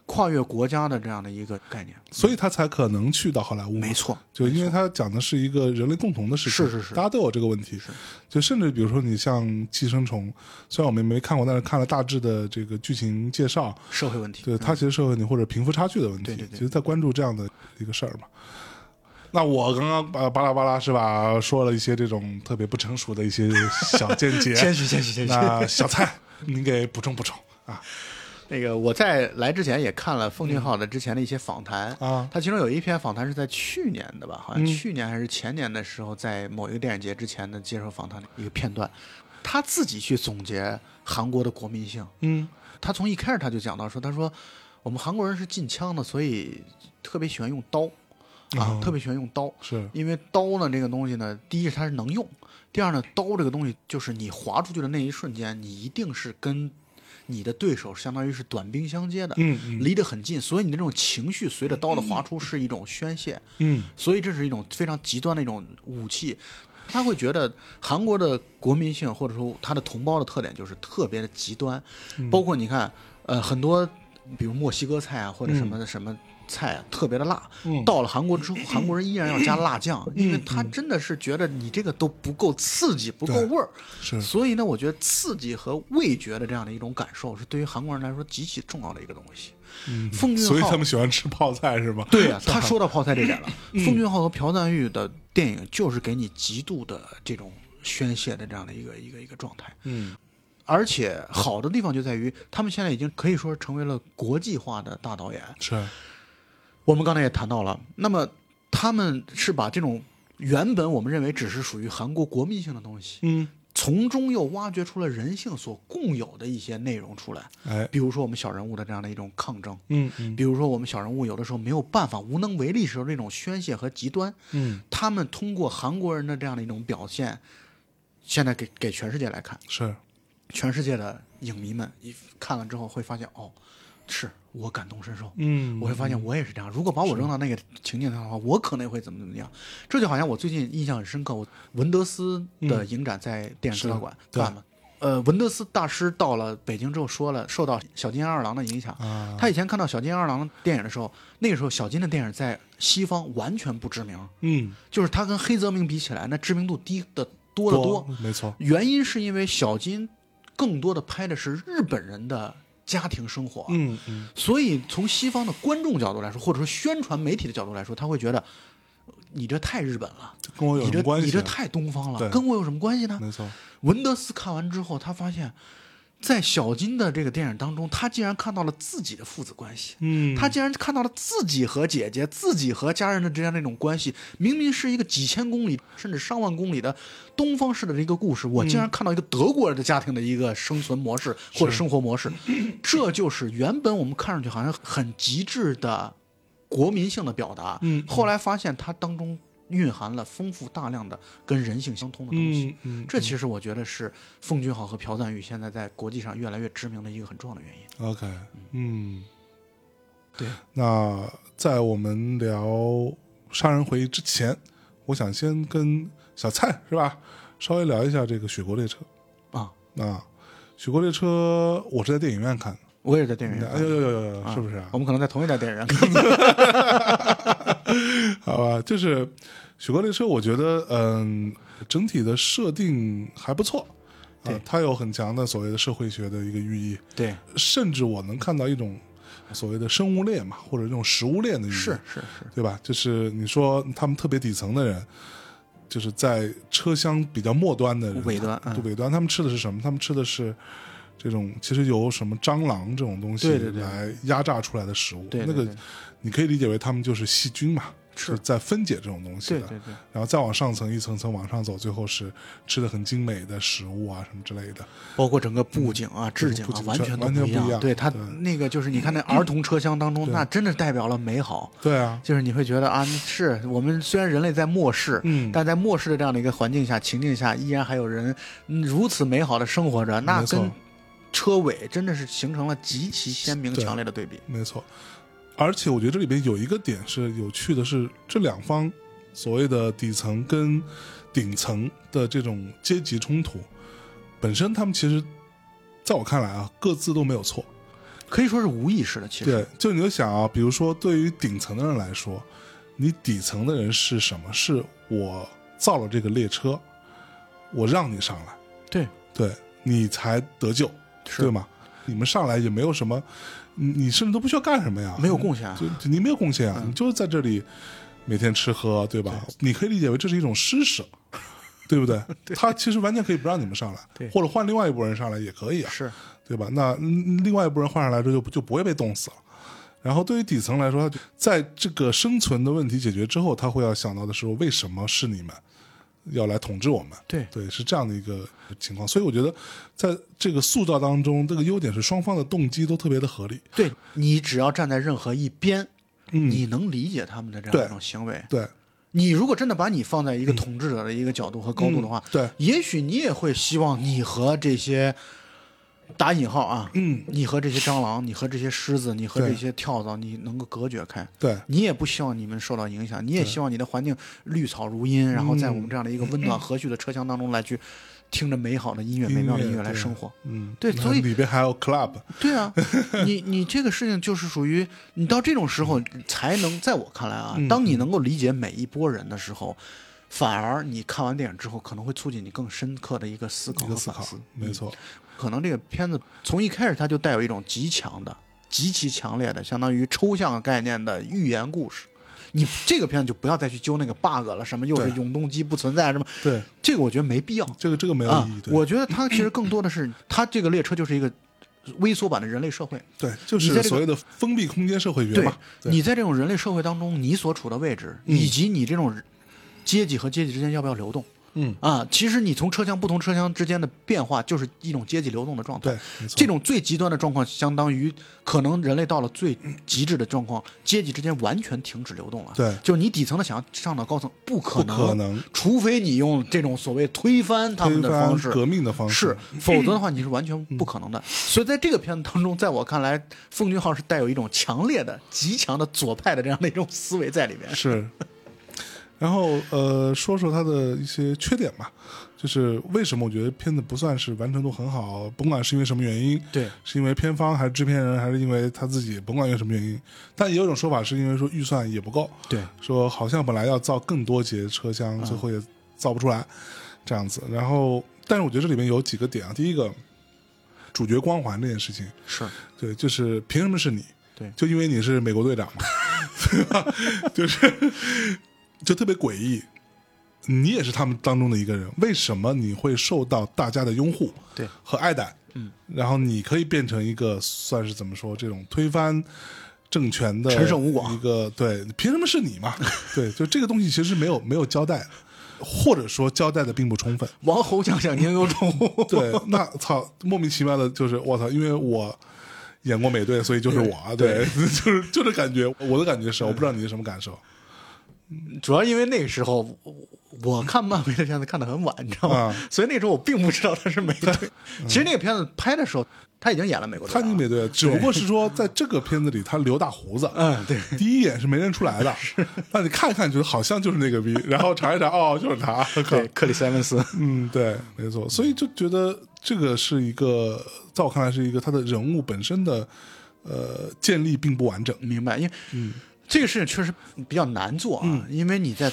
跨越国家的这样的一个概念。所以他才可能去到好莱坞。没错，就因为他讲的是一个人类共同的事情，是是是大家都有这个问题。就甚至比如说你像《寄生虫》，虽然我们没看过，但是看了大致的这个剧情介绍，社会问题。对它其实社会问题或者贫富差距的问题，对对对其实在关注这样的一个事儿嘛。那我刚刚巴巴拉巴拉是吧，说了一些这种特别不成熟的一些小 见解。虚谦虚谦。那小蔡，您给补充补充啊那个我在来之前也看了奉俊昊的之前的一些访谈，嗯啊，他其中有一篇访谈是在去年的吧，好像嗯去年还是前年的时候，在某一个电影节之前的接受访谈的一个片段，他自己去总结韩国的国民性。嗯他从一开始他就讲到说，他说我们韩国人是禁枪的，所以特别喜欢用刀啊，哦特别喜欢用刀。是因为刀呢这个东西呢，第一是它是能用，第二呢，刀这个东西就是你划出去的那一瞬间，你一定是跟你的对手相当于是短兵相接的，嗯嗯离得很近，所以你的这种情绪随着刀的划出是一种宣泄，嗯所以这是一种非常极端的一种武器。他会觉得韩国的国民性或者说他的同胞的特点就是特别的极端，包括你看，呃，很多比如墨西哥菜啊或者什么什么菜啊，特别的辣，嗯到了韩国之后，韩国人依然要加辣酱，因为他真的是觉得你这个都不够刺激，不够味儿。是所以呢，我觉得刺激和味觉的这样的一种感受，是对于韩国人来说极其重要的一个东西。嗯，奉俊昊，所以他们喜欢吃泡菜 是吗？嗯对呀、他说到泡菜这点了。奉俊昊和朴赞玉的电影就是给你极度的这种宣泄的这样的一个一个一个状态。嗯而且好的地方就在于，他们现在已经可以说成为了国际化的大导演。是我们刚才也谈到了，那么他们是把这种原本我们认为只是属于韩国国民性的东西，嗯从中又挖掘出了人性所共有的一些内容出来，哎比如说我们小人物的这样的一种抗争。嗯嗯比如说，我们小人物有的时候没有办法、无能为力时候那种宣泄和极端，嗯他们通过韩国人的这样的一种表现，现在给给全世界来看，是全世界的影迷们一看了之后会发现，哦，是我感同身受，嗯我会发现我也是这样。如果把我扔到那个情境上的话，我可能会怎么怎么样。这就好像我最近印象很深刻，我文德斯的影展在电影资料馆是看了。呃，文德斯大师到了北京之后说了，受到小金二郎的影响。啊他以前看到小金二郎的电影的时候，那个时候小金的电影在西方完全不知名，嗯就是他跟黑泽明比起来，那知名度低的多得多。没错原因是因为小金更多的拍的是日本人的家庭生活，嗯嗯所以从西方的观众角度来说，或者说宣传媒体的角度来说，他会觉得呃你这太日本了，跟哦我有你什这么关系？啊你这太东方对嗯了，跟我有什么关系呢？没错文德斯看完之后，他发现，在小金的这个电影当中，他竟然看到了自己的父子关系。嗯他竟然看到了自己和姐姐、自己和家人的之间那种关系，明明是一个几千公里甚至上万公里的东方式的一个故嗯事，我竟然看到一个德国人的家庭的一个生存模式或者生活模式，这就是原本我们看上去好像很极致的国民性的表达，嗯后来发现它当中蕴含了丰富大量的跟人性相通的东西。嗯嗯这其实我觉得是奉俊昊和朴赞玉现在在国际上越来越知名的一个很重要的原因。 OK 嗯对，那在我们聊《杀人回忆》之前，我想先跟小蔡是吧，稍微聊一下这个《雪国列车啊，》啊，《雪国列车》我是在电影院看的，我也是在电影院看哎的。呦呦呦呦，是不是啊？我们可能在同一家电影院看。好吧，就是《雪国列车》，我觉得嗯，整体的设定还不错，啊、呃，它有很强的所谓的社会学的一个寓意，对，甚至我能看到一种所谓的生物链嘛，或者这种食物链的寓 意，是是是，对吧？就是你说他们特别底层的人，就是在车厢比较末端的人，啊尾端嗯就尾端，他们吃的是什么？他们吃的是这种其实由什么蟑螂这种东西对对对来压榨出来的食物。对对那对个你可以理解为他们就是细菌嘛，是就在分解这种东西对的。对对，然后再往上层一层层往上走，最后是吃的很精美的食物啊什么之类的。包括整个布景啊、置景布啊，景完全全都完全一不一样对它对那个就是你看那儿童车厢当中，那真的代表了美好。对啊，就是你会觉得啊，是我们虽然人类在末世，嗯但在末世的这样的一个环境下、情境下，依然还有人嗯如此美好的生活着，那没错跟车尾真的是形成了极其鲜明、对强烈的对比。没错。而且我觉得这里边有一个点是有趣的是，这两方所谓的底层跟顶层的这种阶级冲突，本身他们其实在我看来啊，各自都没有错。可以说是无意识的，其实对，就你就想啊，比如说对于顶层的人来说，你底层的人是什么？是我造了这个列车，我让你上来，对对你才得救，是对吗？你们上来也没有什么，你你甚至都不需要干什么呀，没有贡献啊就就你没有贡献啊，你就是在这里每天吃喝，对吧？你可以理解为这是一种施舍，对 不对？他其实完全可以不让你们上对来，或者换另外一拨人上来也可以啊，是对吧？那嗯另外一拨人换上来之后就不就不会被冻死了。然后对于底层来说，他在这个生存的问题解决之后，他会要想到的是为什么是你们要来统治我们？对对，是这样的一个情况。所以我觉得，在这个塑造当中，这个优点是双方的动机都特别的合理。对，你只要站在任何一边，嗯你能理解他们的这样对一种行为。对，你如果真的把你放在一个统治者的一个角度和高度的话，嗯对也许你也会希望你和这些打引号啊，嗯，你和这些蟑螂，你和这些狮子，你和对这些跳蚤，你能够隔绝开。对，你也不希望你们受到影响，你也希望你的环境绿草如茵，然后在嗯我们这样的一个温暖和煦的车厢当中来去听着美好的音乐、美妙的音乐来生活。嗯，对那所以里边还有 club，对啊，你 你这个事情就是属于你到这种时候才能，在我看来啊，嗯当你能够理解每一波人的时候，反而你看完电影之后可能会促进你更深刻的一个思考一和个思反考思。，没错，可能这个片子从一开始它就带有一种极强的、极其强烈的，相当于抽象概念的寓言故事。你这个片子就不要再去揪那个 bug 了，什么又是对永动机不存在什么，对，这个我觉得没必要这个这个没有啊意义。。对我觉得它其实更多的是，它这个列车就是一个微缩版的人类社会。对，就你在是这个所谓的封闭空间社会学对嘛。对你在这种人类社会当中，你所处的位置，以及你这种阶级和阶级之间要不要流动，嗯啊，其实你从车厢不同车厢之间的变化，就是一种阶级流动的状态。对没错这种最极端的状况，相当于可能人类到了最极致的状况，阶级之间完全停止流动了。对就是你底层的想要上到高层，不可能，不可能除非你用这种所谓推翻他们的推翻方式，嗯革命的方式 是，否则的话你是完全不可能的。所以在这个片子当中，在我看来，《奉俊昊》是带有一种强烈的、极强的左派的这样的一种思维在里面。是。然后呃，说说它的一些缺点吧，就是为什么我觉得片子不算是完成度很好，甭管是因为什么原因，对是因为片方还是制片人，还是因为他自己，甭管因为什么原因，但也有一种说法是因为说预算也不够，对，说好像本来要造更多节车厢，最后也造不出来，这样子。然后，但是我觉得这里面有几个点啊，第一个，主角光环这件事情，是对，就是凭什么是你？对就因为你是美国队长嘛， 对吧？就是就特别诡异。你也是他们当中的一个人，为什么你会受到大家的拥护对和爱戴？嗯，然后你可以变成一个算是怎么说这种推翻政权的陈胜吴广一个对，凭什么是你嘛？ 对，就这个东西其实没有没有交代，或者说交代的并不充分。王侯将相宁有种。 对，那操，莫名其妙的就是我操，因为我演过美队，所以就是我啊，对， 就是就这感觉，我的感觉是，我不知道你是什么感受主要因为那个时候我我看漫威的片子看得很晚，你知道吗？啊所以那时候我并不知道他是美队。其实那个片子拍的时候，他已经演了美国他队已经了。美队，只不过是说在这个片子里他留大胡子，嗯对，第一眼是没认出来的，那你看一看觉得好像就是那个逼，然后查一查，哦，就是他， 对，克里斯埃文斯。嗯，对，没错，所以就觉得这个是一个，在我看来是一个他的人物本身的呃建立并不完整，明白，因为这个事情确实比较难做啊，因为你在、呃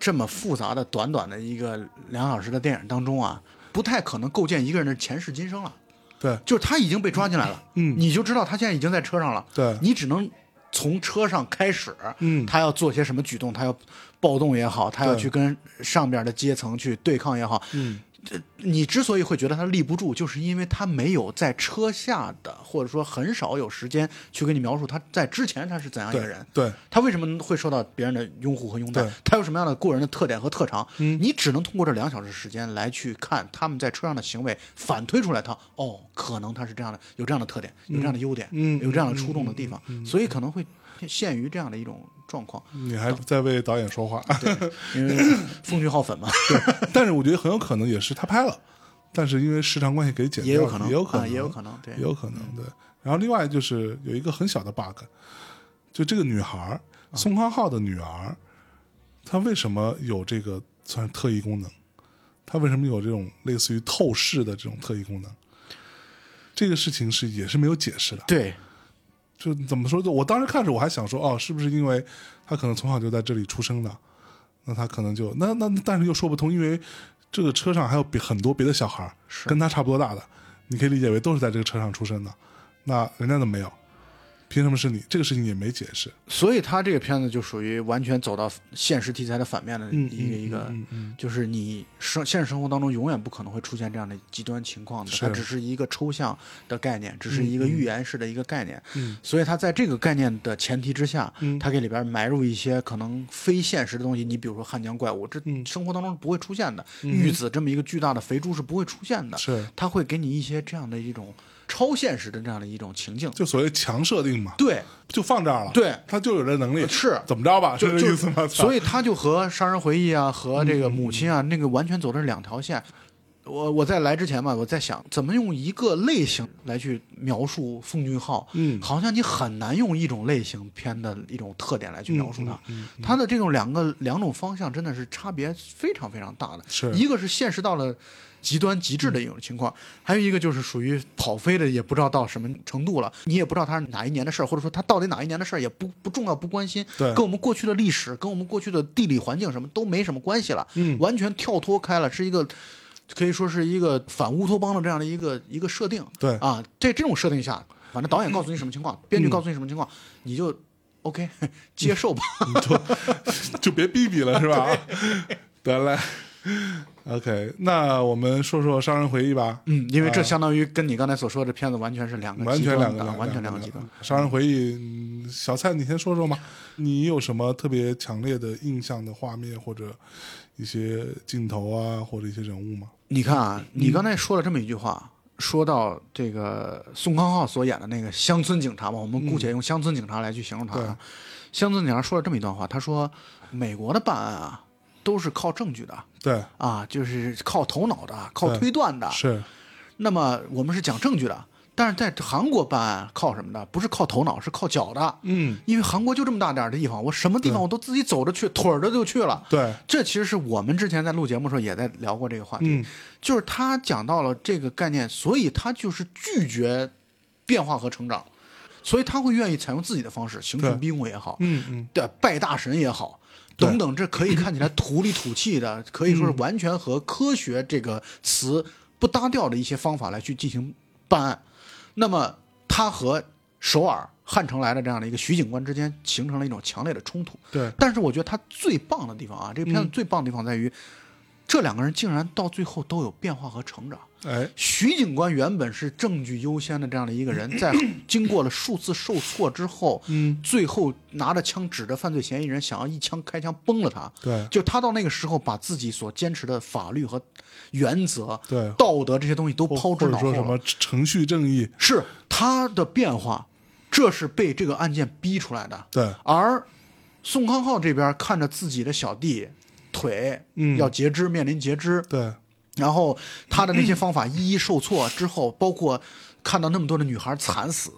这么复杂的短短的一个两小时的电影当中啊，不太可能构建一个人的前世今生了。对就是他已经被抓进来了，嗯你就知道他现在已经在车上了，对你只能从车上开始，嗯他要做些什么举动，他要暴动也好，他要对去跟上边的阶层去对抗也好，嗯，你之所以会觉得他立不住，就是因为他没有在车下的，或者说很少有时间去跟你描述他在之前他是怎样一对个人。对他为什么会受到别人的拥护和拥戴对？嗯他有什么样的过人的特点和特长？你只能通过这两小时时间来去看他们在车上的行为，反推出来他哦，可能他是这样的，有这样的特点，有这样的优点，嗯有这样的出众的地方，所以可能会陷于这样的一种状况。你还在为导演说话，对，因 为奉俊昊粉嘛， 但是我觉得很有可能也是他拍了，但是因为时长关系给剪掉也有了可能，也有可啊能，也有可能，对也，有可能对。然后另外就是有一个很小的 bug，就这个女孩儿啊宋康昊的女儿，她为什么有这个算是特异功能？她为什么有这种类似于透视的这种特异功能？这个事情是也是没有解释的。对，就怎么说？就我当时看着我还想说，哦，是不是因为她可能从小就在这里出生的？那她可能就那那，但是又说不通，因为这个车上还有别很多别的小孩儿是跟他差不多大的，你可以理解为都是在这个车上出生的。那人家怎么没有？凭什么是你？这个事情也没解释。所以他这个片子就属于完全走到现实题材的反面的一嗯个一个，嗯嗯就是你生现实生活当中永远不可能会出现这样的极端情况的，是它只是一个抽象的概念，只是一个预言式的一个概念。嗯所以它在这个概念的前提之下，嗯它给里边埋入一些可能非现实的东西。你比如说汉江怪物，这嗯生活当中是不会出现的。玉子这么一个巨大的肥猪是不会出现的，是它会给你一些这样的一种超现实的这样的一种情境。就所谓强设定嘛，对，就放这儿了。对他就有这能力，是怎么着吧？是 就这就意思吗？所以以他就和《杀人回忆》啊，和这个母亲啊，嗯那个完全走的是两条线。我我在来之前嘛，我在想怎么用一个类型来去描述奉俊昊，嗯好像你很难用一种类型片的一种特点来去描述它。嗯它的这种两个两种方向真的是差别非常非常大的，是一个是现实到了极端极致的一种情况，还有一个就是属于跑飞的，也不知道到什么程度了，你也不知道它是哪一年的事儿，或者说它到底哪一年的事儿也不不重要不关心，对跟我们过去的历史、跟我们过去的地理环境什么都没什么关系了，嗯完全跳脱开了，是一个。可以说是一个反乌托邦的这样的一个一个设定，对嗯啊，这这种设定下，反正导演告诉你什么情况，编剧告诉你什么情况，你就 OK 接受吧。 就别逼逼了，是吧？ 得嘞。OK，那我们说说《杀人回忆》吧。嗯，因为这相当于跟你刚才所说的片子完全是两个啊完极全端两的个，完全两个个极端。。杀人回忆，嗯小蔡，你先说说嘛，你有什么特别强烈的印象的画面或者一些镜头啊，或者一些人物吗？你看啊，你刚才说了这么一句话，说到这个宋康昊所演的那个乡村警察嘛，我们姑且用乡村警察来去形容他啊。乡村警察说了这么一段话，他说：“美国的办案啊，都是靠证据的对，啊，就是靠头脑的，靠对推断的。是，那么我们是讲证据的，但是在韩国办案靠什么呢？不是靠头脑，是靠脚的。嗯，因为韩国就这么大点儿的地方，我什么地方我都自己走着去，腿儿着就去了。对，这其实是我们之前在录节目的时候也在聊过这个话题，嗯，就是他讲到了这个概念，所以他就是拒绝变化和成长，所以他会愿意采用自己的方式，刑对讯逼供也好，嗯嗯，对，拜大神也好，对等等，这可以看起来土里土气的，可以说是完全和科学这个词不搭调的一些方法来去进行办案。那么，他和首尔汉城来的这样的一个徐警官之间形成了一种强烈的冲突。对，但是我觉得他最棒的地方啊，这个嗯片子最棒的地方在于，这两个人竟然到最后都有变化和成长。哎，徐警官原本是证据优先的这样的一个 人，在经过了数次受挫之后，嗯，最后拿着枪指着犯罪嫌疑人，想要一枪开枪崩了他。对，就他到那个时候，把自己所坚持的法律和原则、对道德这些东西都或抛之或者脑后说什了。么程序正义，是他的变化，这是被这个案件逼出来的。对，而宋康昊这边看着自己的小弟腿嗯要截肢，面临截肢，对，然后他的那些方法一一受挫之后，包括看到那么多的女孩惨死，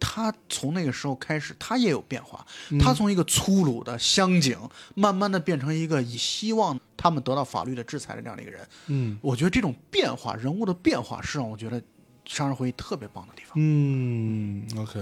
他从那个时候开始，他也有变化。他从一个粗鲁的乡警，慢慢的变成一个以希望他们得到法律的制裁的这样的一个人。嗯，我觉得这种变化，人物的变化，是让我觉得杀人回忆特别棒的地方，嗯，OK，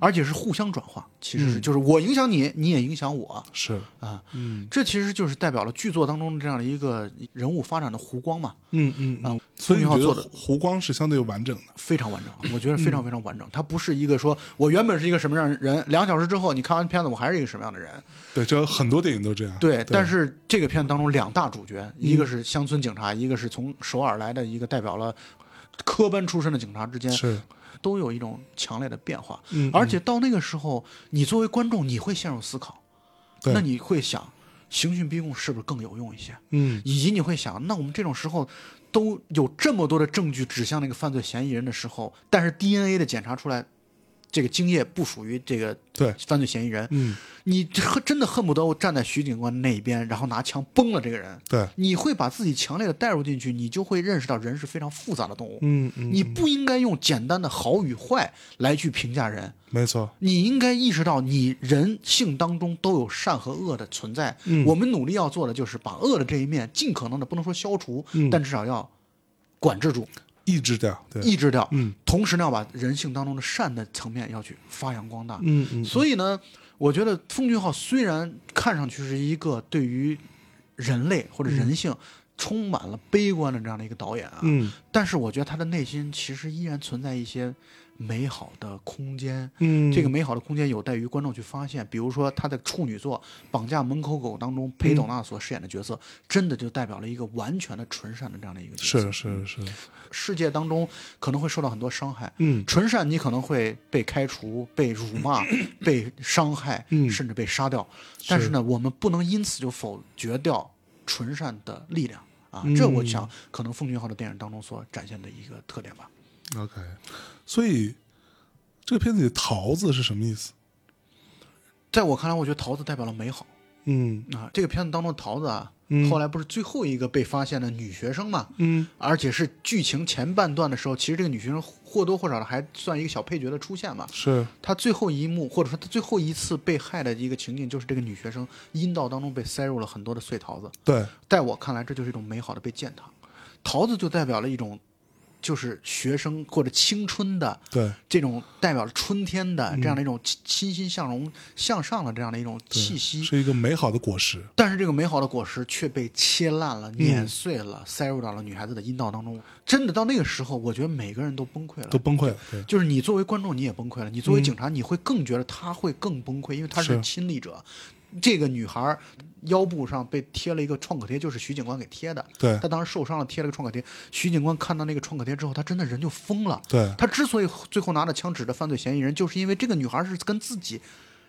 而且是互相转化，其实是就是我影响你，你也影响我是，啊。嗯这其实就是代表了剧作当中这样的一个人物发展的弧光嘛，嗯嗯啊嗯，所以你觉宋得宁浩做的湖光是相对完整的，非常完 整，我觉得非常非常嗯完整。它不是一个说我原本是一个什么样的人，两小时之后你看完片子我还是一个什么样的人，对，这很多电影都这样，对，但是是这个片子当中两大主角，嗯一个是乡村警察，一个是从首尔来的一个代表了科班出身的警察之间，是，都有一种强烈的变化。嗯，而且到那个时候，你作为观众，你会陷入思考，对那你会想，刑讯逼供是不是更有用一些？嗯以及你会想，那我们这种时候都有这么多的证据指向那个犯罪嫌疑人的时候，但是 DNA 的检查出来，这个精液不属于这个对，犯罪嫌疑人，嗯你恨真的恨不得我站在徐警官那边，然后拿枪崩了这个人。对，你会把自己强烈的带入进去，你就会认识到人是非常复杂的动物。嗯嗯，你不应该用简单的好与坏来去评价人，没错，你应该意识到你人性当中都有善和恶的存在。嗯我们努力要做的就是把恶的这一面尽可能的不能说消除，嗯但至少要管制住、抑制掉，对，抑制掉。嗯同时呢，要把人性当中的善的层面要去发扬光大。嗯嗯，所以呢，我觉得奉俊昊虽然看上去是一个对于人类或者人性充满了悲观的这样的一个导演啊，嗯但是我觉得他的内心其实依然存在一些美好的空间。嗯，这个美好的空间有待于观众去发现，比如说他的处女作《绑架门口狗》当嗯中，裴斗娜所饰演的角色，真的就代表了一个完全的纯善的这样的一个角色。是是是，世界当中可能会受到很多伤害，嗯纯善你可能会被开除、被辱 骂、被伤害，嗯甚至被杀掉。但是呢，我们不能因此就否决掉纯善的力量啊！嗯这我想可能奉俊昊的电影当中所展现的一个特点吧。 OK，所以这个片子里桃子是什么意思？在我看来，我觉得桃子代表了美好嗯啊！这个片子当中的桃子啊，嗯后来不是最后一个被发现的女学生嘛？嗯而且是剧情前半段的时候，其实这个女学生或多或少的还算一个小配角的出现嘛。是他最后一幕，或者说他最后一次被害的一个情境，就是这个女学生阴道当中被塞入了很多的碎桃子。对在我看来，这就是一种美好的被践踏。桃子就代表了一种，就是学生或者青春的对这种代表了春天的这样的一种欣欣欣向荣、向上的这样的一种气息。是一个美好的果实。但是这个美好的果实却被切烂嗯了、碾碎了，塞入到了女孩子的阴道当中。真的到那个时候，我觉得每个人都崩溃了都。崩溃了，对，就是你作为观众你也崩溃了，你作为警察你会更觉得他会更崩溃，因为他是是亲历者。这个女孩儿腰部上被贴了一个创可贴，就是徐警官给贴的。对她当时受伤了，贴了个创可贴。徐警官看到那个创可贴之后，他真的人就疯了。对他之所以最后拿着枪指着犯罪嫌疑人，就是因为这个女孩是跟自己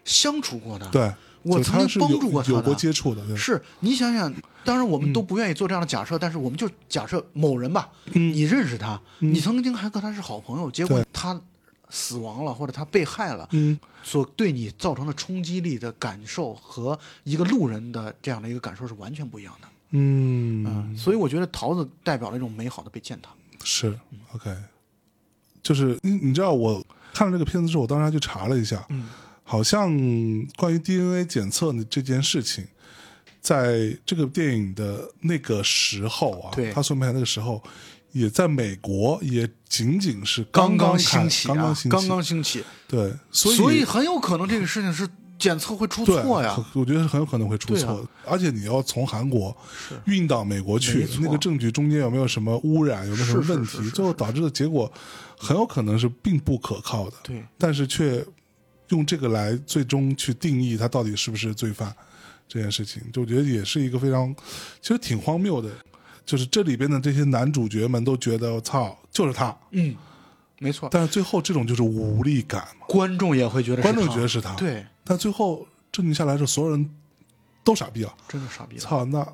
相处过的。对，我就曾他经是帮有助过他有过的接触的，对，嗯是你想想，当然我们都不愿意做这样的假设，但是我们就假设某人吧，你认识他，你曾经还和他是好朋友，结果嗯对他死亡了或者他被害了，嗯，所对你造成的冲击力的感受和一个路人的这样的一个感受是完全不一样的。嗯，所以我觉得桃子代表了一种美好的被践踏。是 OK，就是你你知道我看了这个片子之后，我当时还去查了一下，嗯，好像关于 DNA 检测的这件事情，在这个电影的那个时候啊，对他所拍那个时候，也在美国也仅仅是刚刚兴兴起啊，刚刚兴起，刚兴起，对，所以所很有可能这个事情是检测会出对，错呀很。我觉得很有可能会出对啊错，而且你要从韩国运到美国没去，错那个证据中间有没有什么污染，有没有什么是是问是是题，最后导致的结果很有可能是并不可靠的。对，但是却用这个来最终去定义他到底是不是罪犯这件事情，就我觉得也是一个非常其实挺荒谬的。就是这里边的这些男主角们都觉得我操就是他，嗯，没错，但是最后这种就是无力感嘛，观众也会觉得是观众他觉得是他，对，但最后证据下来的时候，所有人都傻逼了。真的傻逼了。操，那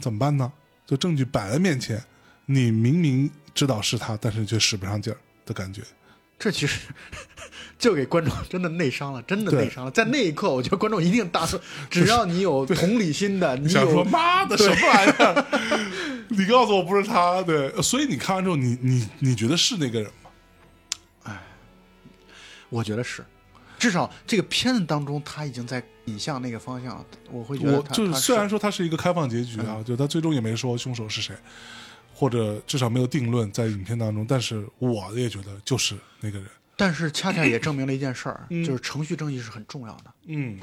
怎么办呢？就证据摆在面前，你明明知道是他，但是却使不上劲儿的感觉。这其实 就给观众真的内伤了，真的内伤了。在那一刻，我觉得观众一定大 受，只要你有同理心的，你想说有妈的什么玩意儿？ 你告诉我不是他，对。所以你看完之后，你你你觉得是那个人吗？我觉得是，至少这个片子当中他已经在引向那个方向了。我会觉得我他嗯就是他虽然说他是一个开放结局啊，就他最终也没说凶手是谁，或者至少没有定论在影片当中，但是我也觉得就是那个人，但是恰恰也证明了一件事儿，就是程序正义是很重要的嗯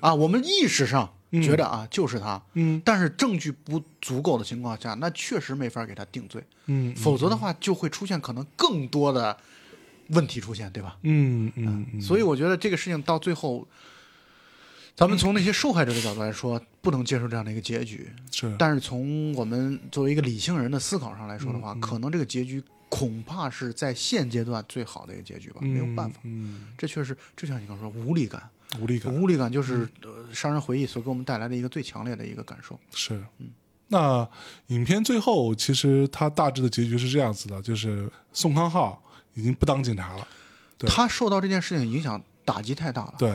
啊。我们意识上觉得啊，就是他，嗯但是证据不足够的情况下，那确实没法给他定罪，嗯否则的话就会出现可能更多的问题出现，对吧？嗯嗯嗯，所以我觉得这个事情到最后，咱们从那些受害者的角度来说，不能接受这样的一个结局。是但是从我们作为一个理性人的思考上来说的嗯话，可能这个结局恐怕是在现阶段最好的一个结局吧，没有办法。，嗯，这确实，就像你刚说，无力感，嗯无力感无力感就是、嗯呃杀人回忆所给我们带来的一个最强烈的一个感受。是，嗯那影片最后其实它大致的结局是这样子的，就是宋康昊已经不当警察了，对他受到这件事情影响打击太大了，对，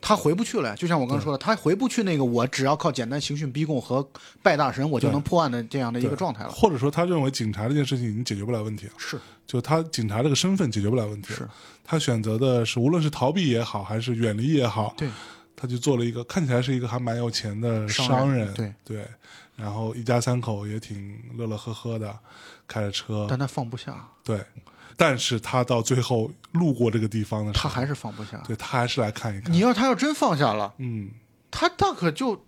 他回啊不去了。就像我刚才说的，他回不去那个我只要靠简单刑讯逼供和拜大神我就对能破案的这样的一个对状态了。或者说他认为警察这件事情已经解决不了问题了，是就他警察这个身份解决不了问题了是，他选择的是无论是逃避也好，还是远离也好，对，他就做了一个看起来是一个还蛮有钱的商商人对对，然后一家三口也挺乐乐呵呵的，开着车，但他放不下，对，但是他到最后路过这个地方的时他候，还是放不下。对他还是来看一看你，要他要真放下了。嗯，他大可就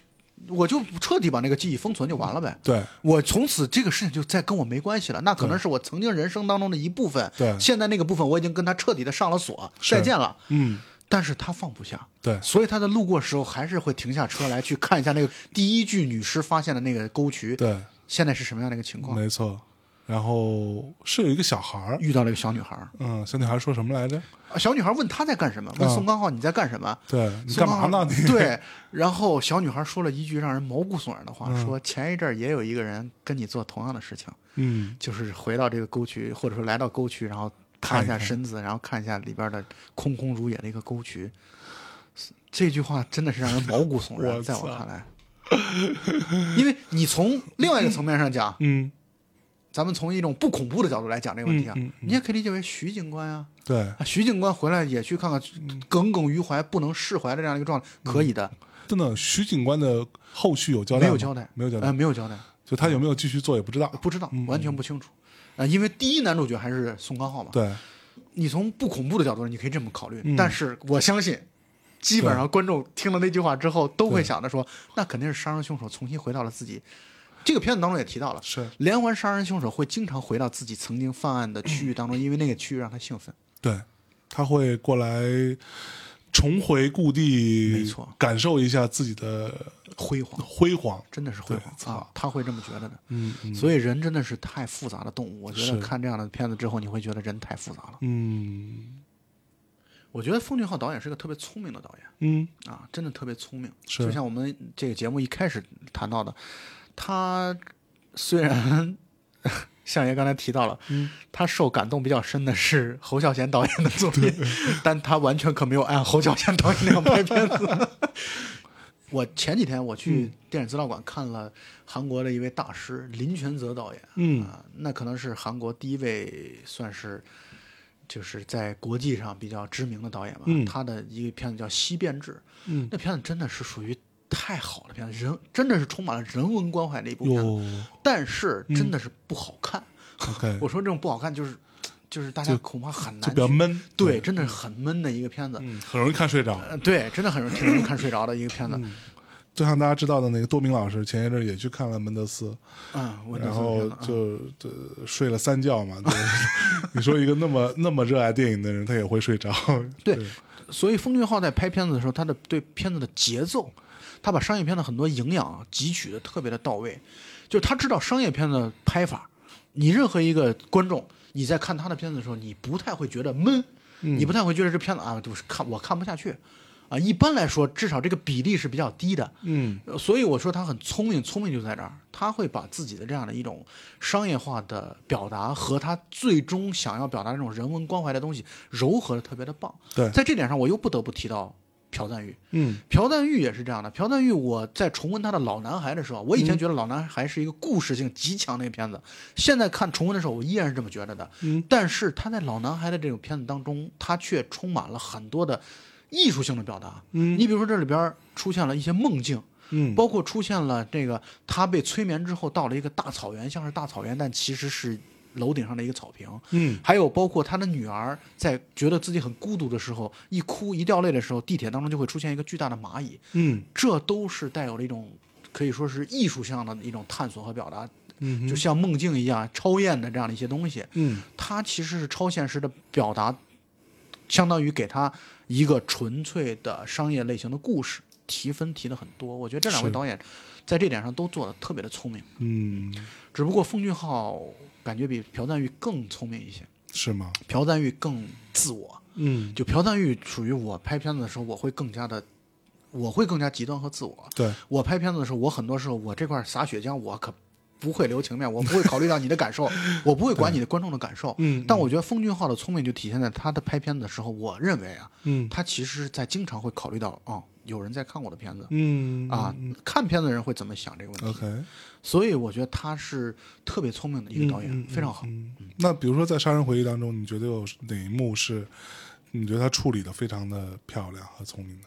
我就彻底把那个记忆封存就完了呗。对，我从此这个事情就再跟我没关系了，那可能是我曾经人生当中的一部分。对现在那个部分我已经跟他彻底的上了锁，是再见了。嗯，但是他放不下，对，所以他在路过时候还是会停下车来去看一下那个第一具女尸发现的那个沟渠，对，现在是什么样的一个情况？没错。然后是有一个小孩儿，遇到了一个小女孩儿，嗯，小女孩说什么来着？啊小女孩问他在干什么，问啊宋康昊你在干什么？对你干嘛呢？ 你对，然后小女孩说了一句让人毛骨悚然的话，说前一阵儿也有一个人跟你做同样的事情，嗯，就是回到这个沟渠，或者说来到沟渠，然后看趴一下看身子，然后看一下里边的空空如也的一个沟渠。这句话真的是让人毛骨悚然，我在我操看来，因为你从另外一个层面上 讲，嗯，咱们从一种不恐怖的角度来讲这个问题啊，嗯嗯嗯你也可以理解为徐警官啊，对，啊徐警官回来也去看看，耿耿于怀、不能释怀的这样一个状态，嗯可以的。真的，徐警官的后续有交代吗？没有交代，嗯没有交代呃，，没有交代，就他有没有继续做也不知道。不知道，完全不清楚。啊、因为第一男主角还是宋康昊嘛，对，你从不恐怖的角度，你可以这么考虑。嗯但是我相信，基本上观众听了那句话之后，都会想着说，那肯定是杀人凶手重新回到了自己。这个片子当中也提到了，是，连环杀人凶手会经常回到自己曾经犯案的区域当中，因为那个区域让他兴奋。对，他会过来重回故地，没错，感受一下自己的辉煌，辉煌。真的是辉对煌啊！他会这么觉得的。嗯所以人真的是太复杂的动物，我觉得是看这样的片子之后，你会觉得人太复杂了。嗯我觉得奉俊昊导演是个特别聪明的导演嗯，啊，真的特别聪明。是就像我们这个节目一开始谈到的，他虽然 相爷刚才提到了，嗯他受感动比较深的是侯孝贤导演的作品，但他完全可没有按侯孝贤导演那样拍片子。 我前几天我嗯去电影资料馆看了韩国的一位大师林权泽导演，嗯啊、那可能是韩国第一位算是就是在国际上比较知名的导演吧。嗯他的一个片子叫《西变志》，嗯那片子真的是属于太好的片子，人真的是充满了人文关怀的一部片子，哟 嗯但是真的是不好看。 ，OK，我说这种 不好看就是就是大家恐怕很就难比较去闷，对，，真的是很闷的一个片子。嗯，很容易看睡着。呃，对，真的很容易挺容易看睡着的一个片子。嗯就像大家知道的，那个多明老师前一阵儿也去看了门德斯，嗯嗯，我就然这么后觉得就就睡了三觉嘛。对 你说一个那么那么热爱电影的人，他也会睡着。对，所以奉俊昊在拍片子的时候，他的对片子的节奏，他把商业片的很多营养啊汲取的特别的到位，就他知道商业片的拍法，你任何一个观众，你在看他的片子的时候，你不太会觉得闷，你不太会觉得这片子啊，就是看我看不下去。啊，一般来说，至少这个比例是比较低的。 嗯呃所以我说他很聪明，聪明就在这儿，他会把自己的这样的一种商业化的表达和他最终想要表达那种人文关怀的东西糅合的特别的棒。对在这点上，我又不得不提到朴赞玉。嗯朴赞玉也是这样的。朴赞玉，我在重温他的《老男孩》的时候，我以嗯前觉得《老男孩》是一个故事性极强的一个片子，现在看重温的时候，我依然是这么觉得的。嗯，但是他在《老男孩》的这种片子当中，他却充满了很多的艺术性的表达。嗯你比如说这里边出现了一些梦境，嗯包括出现了这个他被催眠之后到了一个大草原，像是大草原，但其实是楼顶上的一个草坪。嗯，还有包括他的女儿在觉得自己很孤独的时候，一哭一掉泪的时候，地铁当中就会出现一个巨大的蚂蚁，嗯这都是带有了一种可以说是艺术上的一种探索和表达，嗯哼就像梦境一样超验的这样的一些东西。嗯它其实是超现实的表达，相当于给他一个纯粹的商业类型的故事提分提的很多。我觉得这两位是导演在这点上都做的特别的聪明，嗯，只不过奉俊昊感觉比朴赞玉更聪明一些，是吗？朴赞玉更自我。嗯，就朴赞玉属于我拍片子的时候，我会更加的，我会更加极端和自我。对，我拍片子的时候，我很多时候我这块撒血浆，我可不会留情面，我不会考虑到你的感受，我不会管你的观众的感受。嗯但我觉得奉俊昊的聪明就体现在他的拍片子的时候，我认为啊，嗯他其实是在经常会考虑到啊、哦有人在看我的片子。嗯呃啊，看片子的人会怎么想这个问题？ ，OK，所以我觉得他是特别聪明的一个导演，嗯嗯非常好。嗯，那比如说在《杀人回忆》当中，你觉得有哪一幕是你觉得他处理的非常的漂亮和聪明的？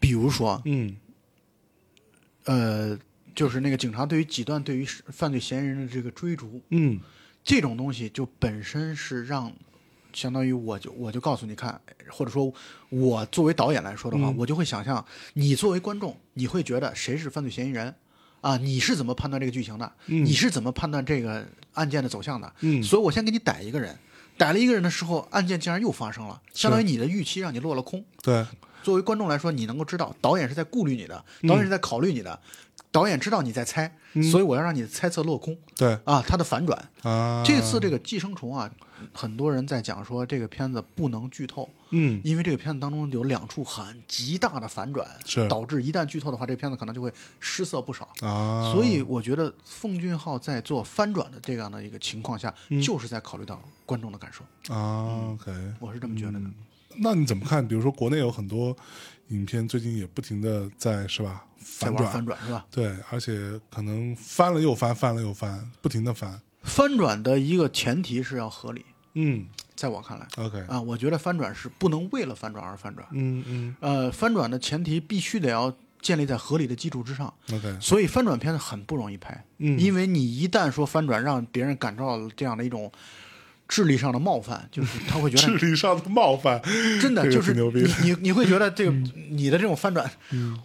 比如说，嗯呃，就是那个警察对于几段对于犯罪嫌疑人的这个追逐，嗯这种东西就本身是让，相当于我就我就告诉你看，或者说，我作为导演来说的话，我就会想象你作为观众，你会觉得谁是犯罪嫌疑人。啊，你是怎么判断这个剧情的？你是怎么判断这个案件的走向的？嗯所以我先给你逮一个人，逮了一个人的时候，案件竟然又发生了，相当于你的预期让你落了空。对，作为观众来说，你能够知道导演是在顾虑你的，导演是在考虑你的，导演知道你在猜，所以我要让你的猜测落空对啊，他的反转。啊，这次这个《寄生虫》啊，很多人在讲说这个片子不能剧透，嗯因为这个片子当中有两处很极大的反转，是导致一旦剧透的话，这个片子可能就会失色不少。啊，所以我觉得奉俊昊在做翻转的这样的一个情况下，嗯就是在考虑到观众的感受，嗯啊，OK，我是这么觉得嗯的。那你怎么看？比如说国内有很多影片最近也不停的在是吧在反玩转翻转是吧？对，而且可能翻了又翻，翻了又翻，不停的翻。翻转的一个前提是要合理，嗯在我看来，OK，啊，我觉得翻转是不能为了翻转而翻转，嗯嗯呃，翻转的前提必须得要建立在合理的基础之上。 ，OK，所以翻转片很不容易拍，嗯因为你一旦说翻转，让别人感到了这样的一种智力上的冒犯，就是他会觉智得力上的冒犯，真的这个就是挺牛逼嗯你你你会觉得这个你的这种翻转，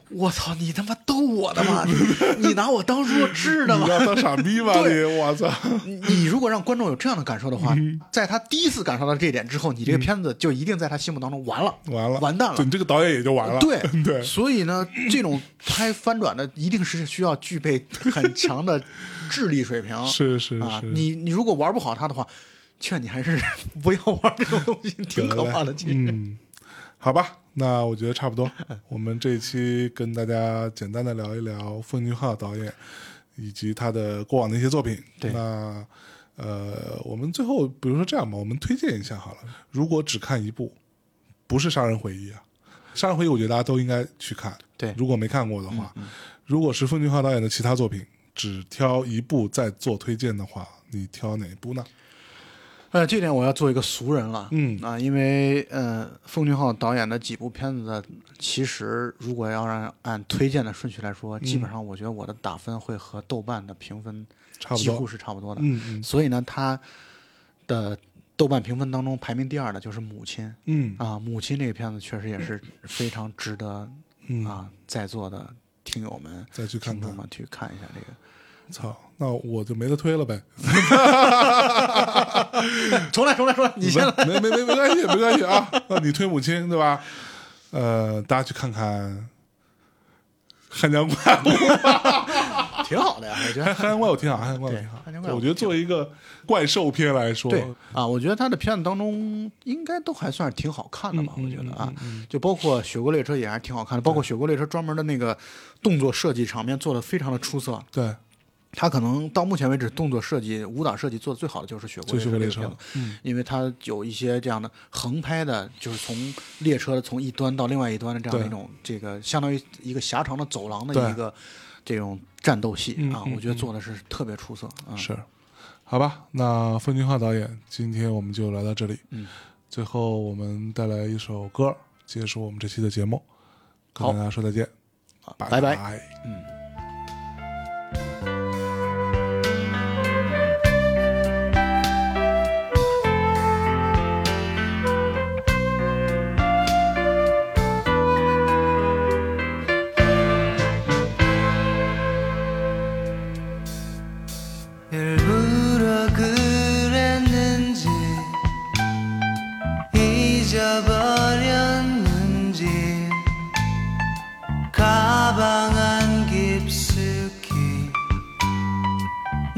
我操，你他妈逗我的吗？你你拿我当弱智的你吗？让他傻逼吧 你，对我操！你你如果让观众有这样的感受的话，嗯在他第一次感受到这一点之后，你这个片子就一定在他心目当中完了，完了，完蛋了对你这个导演也就完了。对 对，所以呢，这种拍翻转的一定是需要具备很强的智力水 平。是是啊，是，你你如果玩不好它的话，劝你还是 不要玩这种东西，挺可怕的。其实， 嗯，好吧，那我觉得差不 多。我们这一期跟大家简单的聊一聊奉俊昊导演以及他的过往的一些作品。对那呃，我们最后比如说这样吧，我们推荐一下好了。如果只看一部，不是《杀人回忆》啊，《杀人回忆》我觉得大家都应该去看。对嗯如果没看过的话，如果是奉俊昊导演的其他作品，只挑一部再做推荐的话，你挑哪一部呢？呃，这点我要做一个俗人了。嗯啊，因为呃，奉俊昊导演的几部片子，其实如果要让按推荐的顺序来说，基嗯本上我觉得我的打分会和豆瓣的评分差不几乎多。是差不多的。嗯嗯所以呢，他的豆瓣评分当中排名第二的就是《母亲》嗯啊，《母亲》这个片子确实也是非常值得、嗯，啊在座的听友们再去看听众看。们去看一下这个。操，那我就没得推了呗。 重来，重来，重来！你先来。没没没没关系，没关系啊。那你推母亲对吧？呃，大家去看看《汉江怪物》，挺好的呀，我觉 《得。汉江怪物》挺好，《汉江怪物》对挺好。汉江怪物我觉得作为一个怪兽片来说，对啊，我觉得他的片子当中应该都还算是挺好看的吧，嗯我觉得啊，就包括《雪国列车》也还是挺好看的，包括《雪国列车》专门的那个动作设计场面做的非常的出色。对他可能到目前为止动作设计、武打设计做的最好的就是《雪国就是列列车》这车个片子，因为它有一些这样的横拍的，就是从列车从一端到另外一端的这样的一种，这个相当于一个狭长的走廊的对一个这种战斗戏嗯啊，嗯我觉得做的是特别出色啊。是。好吧，那奉俊昊导演，今天我们就聊到这里。嗯，最后我们带来一首歌，结束我们这期的节目，跟好大家说再见。啊拜拜拜 일부러 그랬는지 잊어버렸는지 가방 안 깊숙이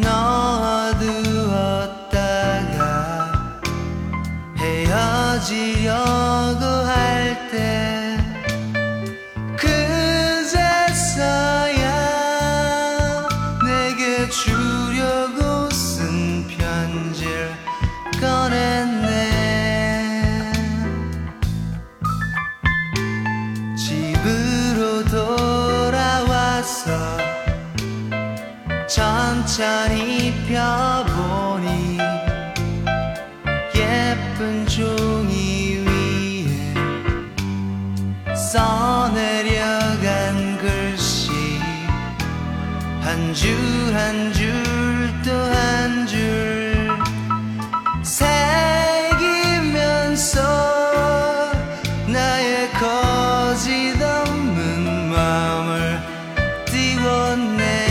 넣어두었다가 헤어지려고 할때 그제서야 내게 주려고 쓴 편지를 꺼냈네 집으로 돌아와서 천천히 펴보니 예쁜 종이 위에 써내려간 글씨 한 줄 한 줄 또 한 줄 새기면서 나의 거짓 없는 마음을 띄웠네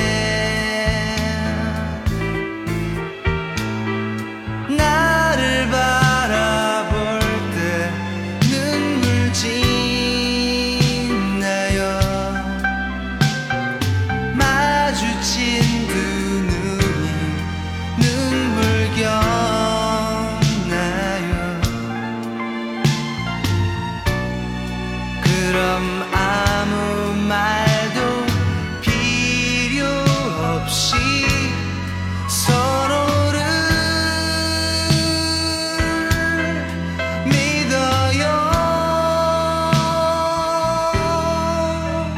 나를 바라볼 때 눈물 짓나요 마주친 그 눈이 눈물겹나요 그럼 아무 말도 필요 없이 서로를 믿어요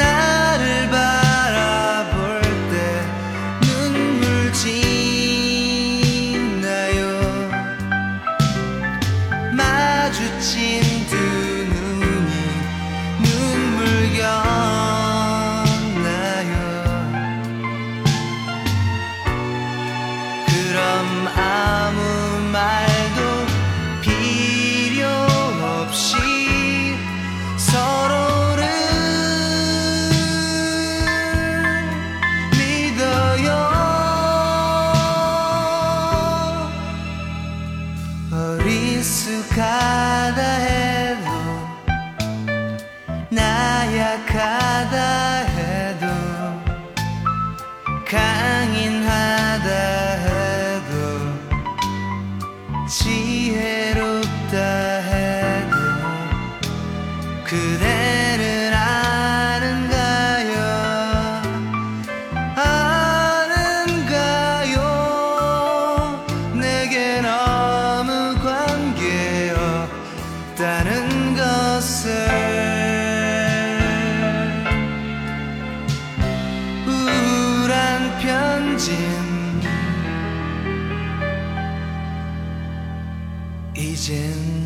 나를 바라볼 때 눈물 짓나요 마주친 두 눈이 눈물겹나요 그럼 아무 말도 필요 없이 서로를 믿어요 어리숙하다 해도 나약하다 해도 강인하다 해도 지혜롭다 해도 그대는 아는가요 아는가요 내겐 아무 관계없다는 것을 우울한 편지는 이젠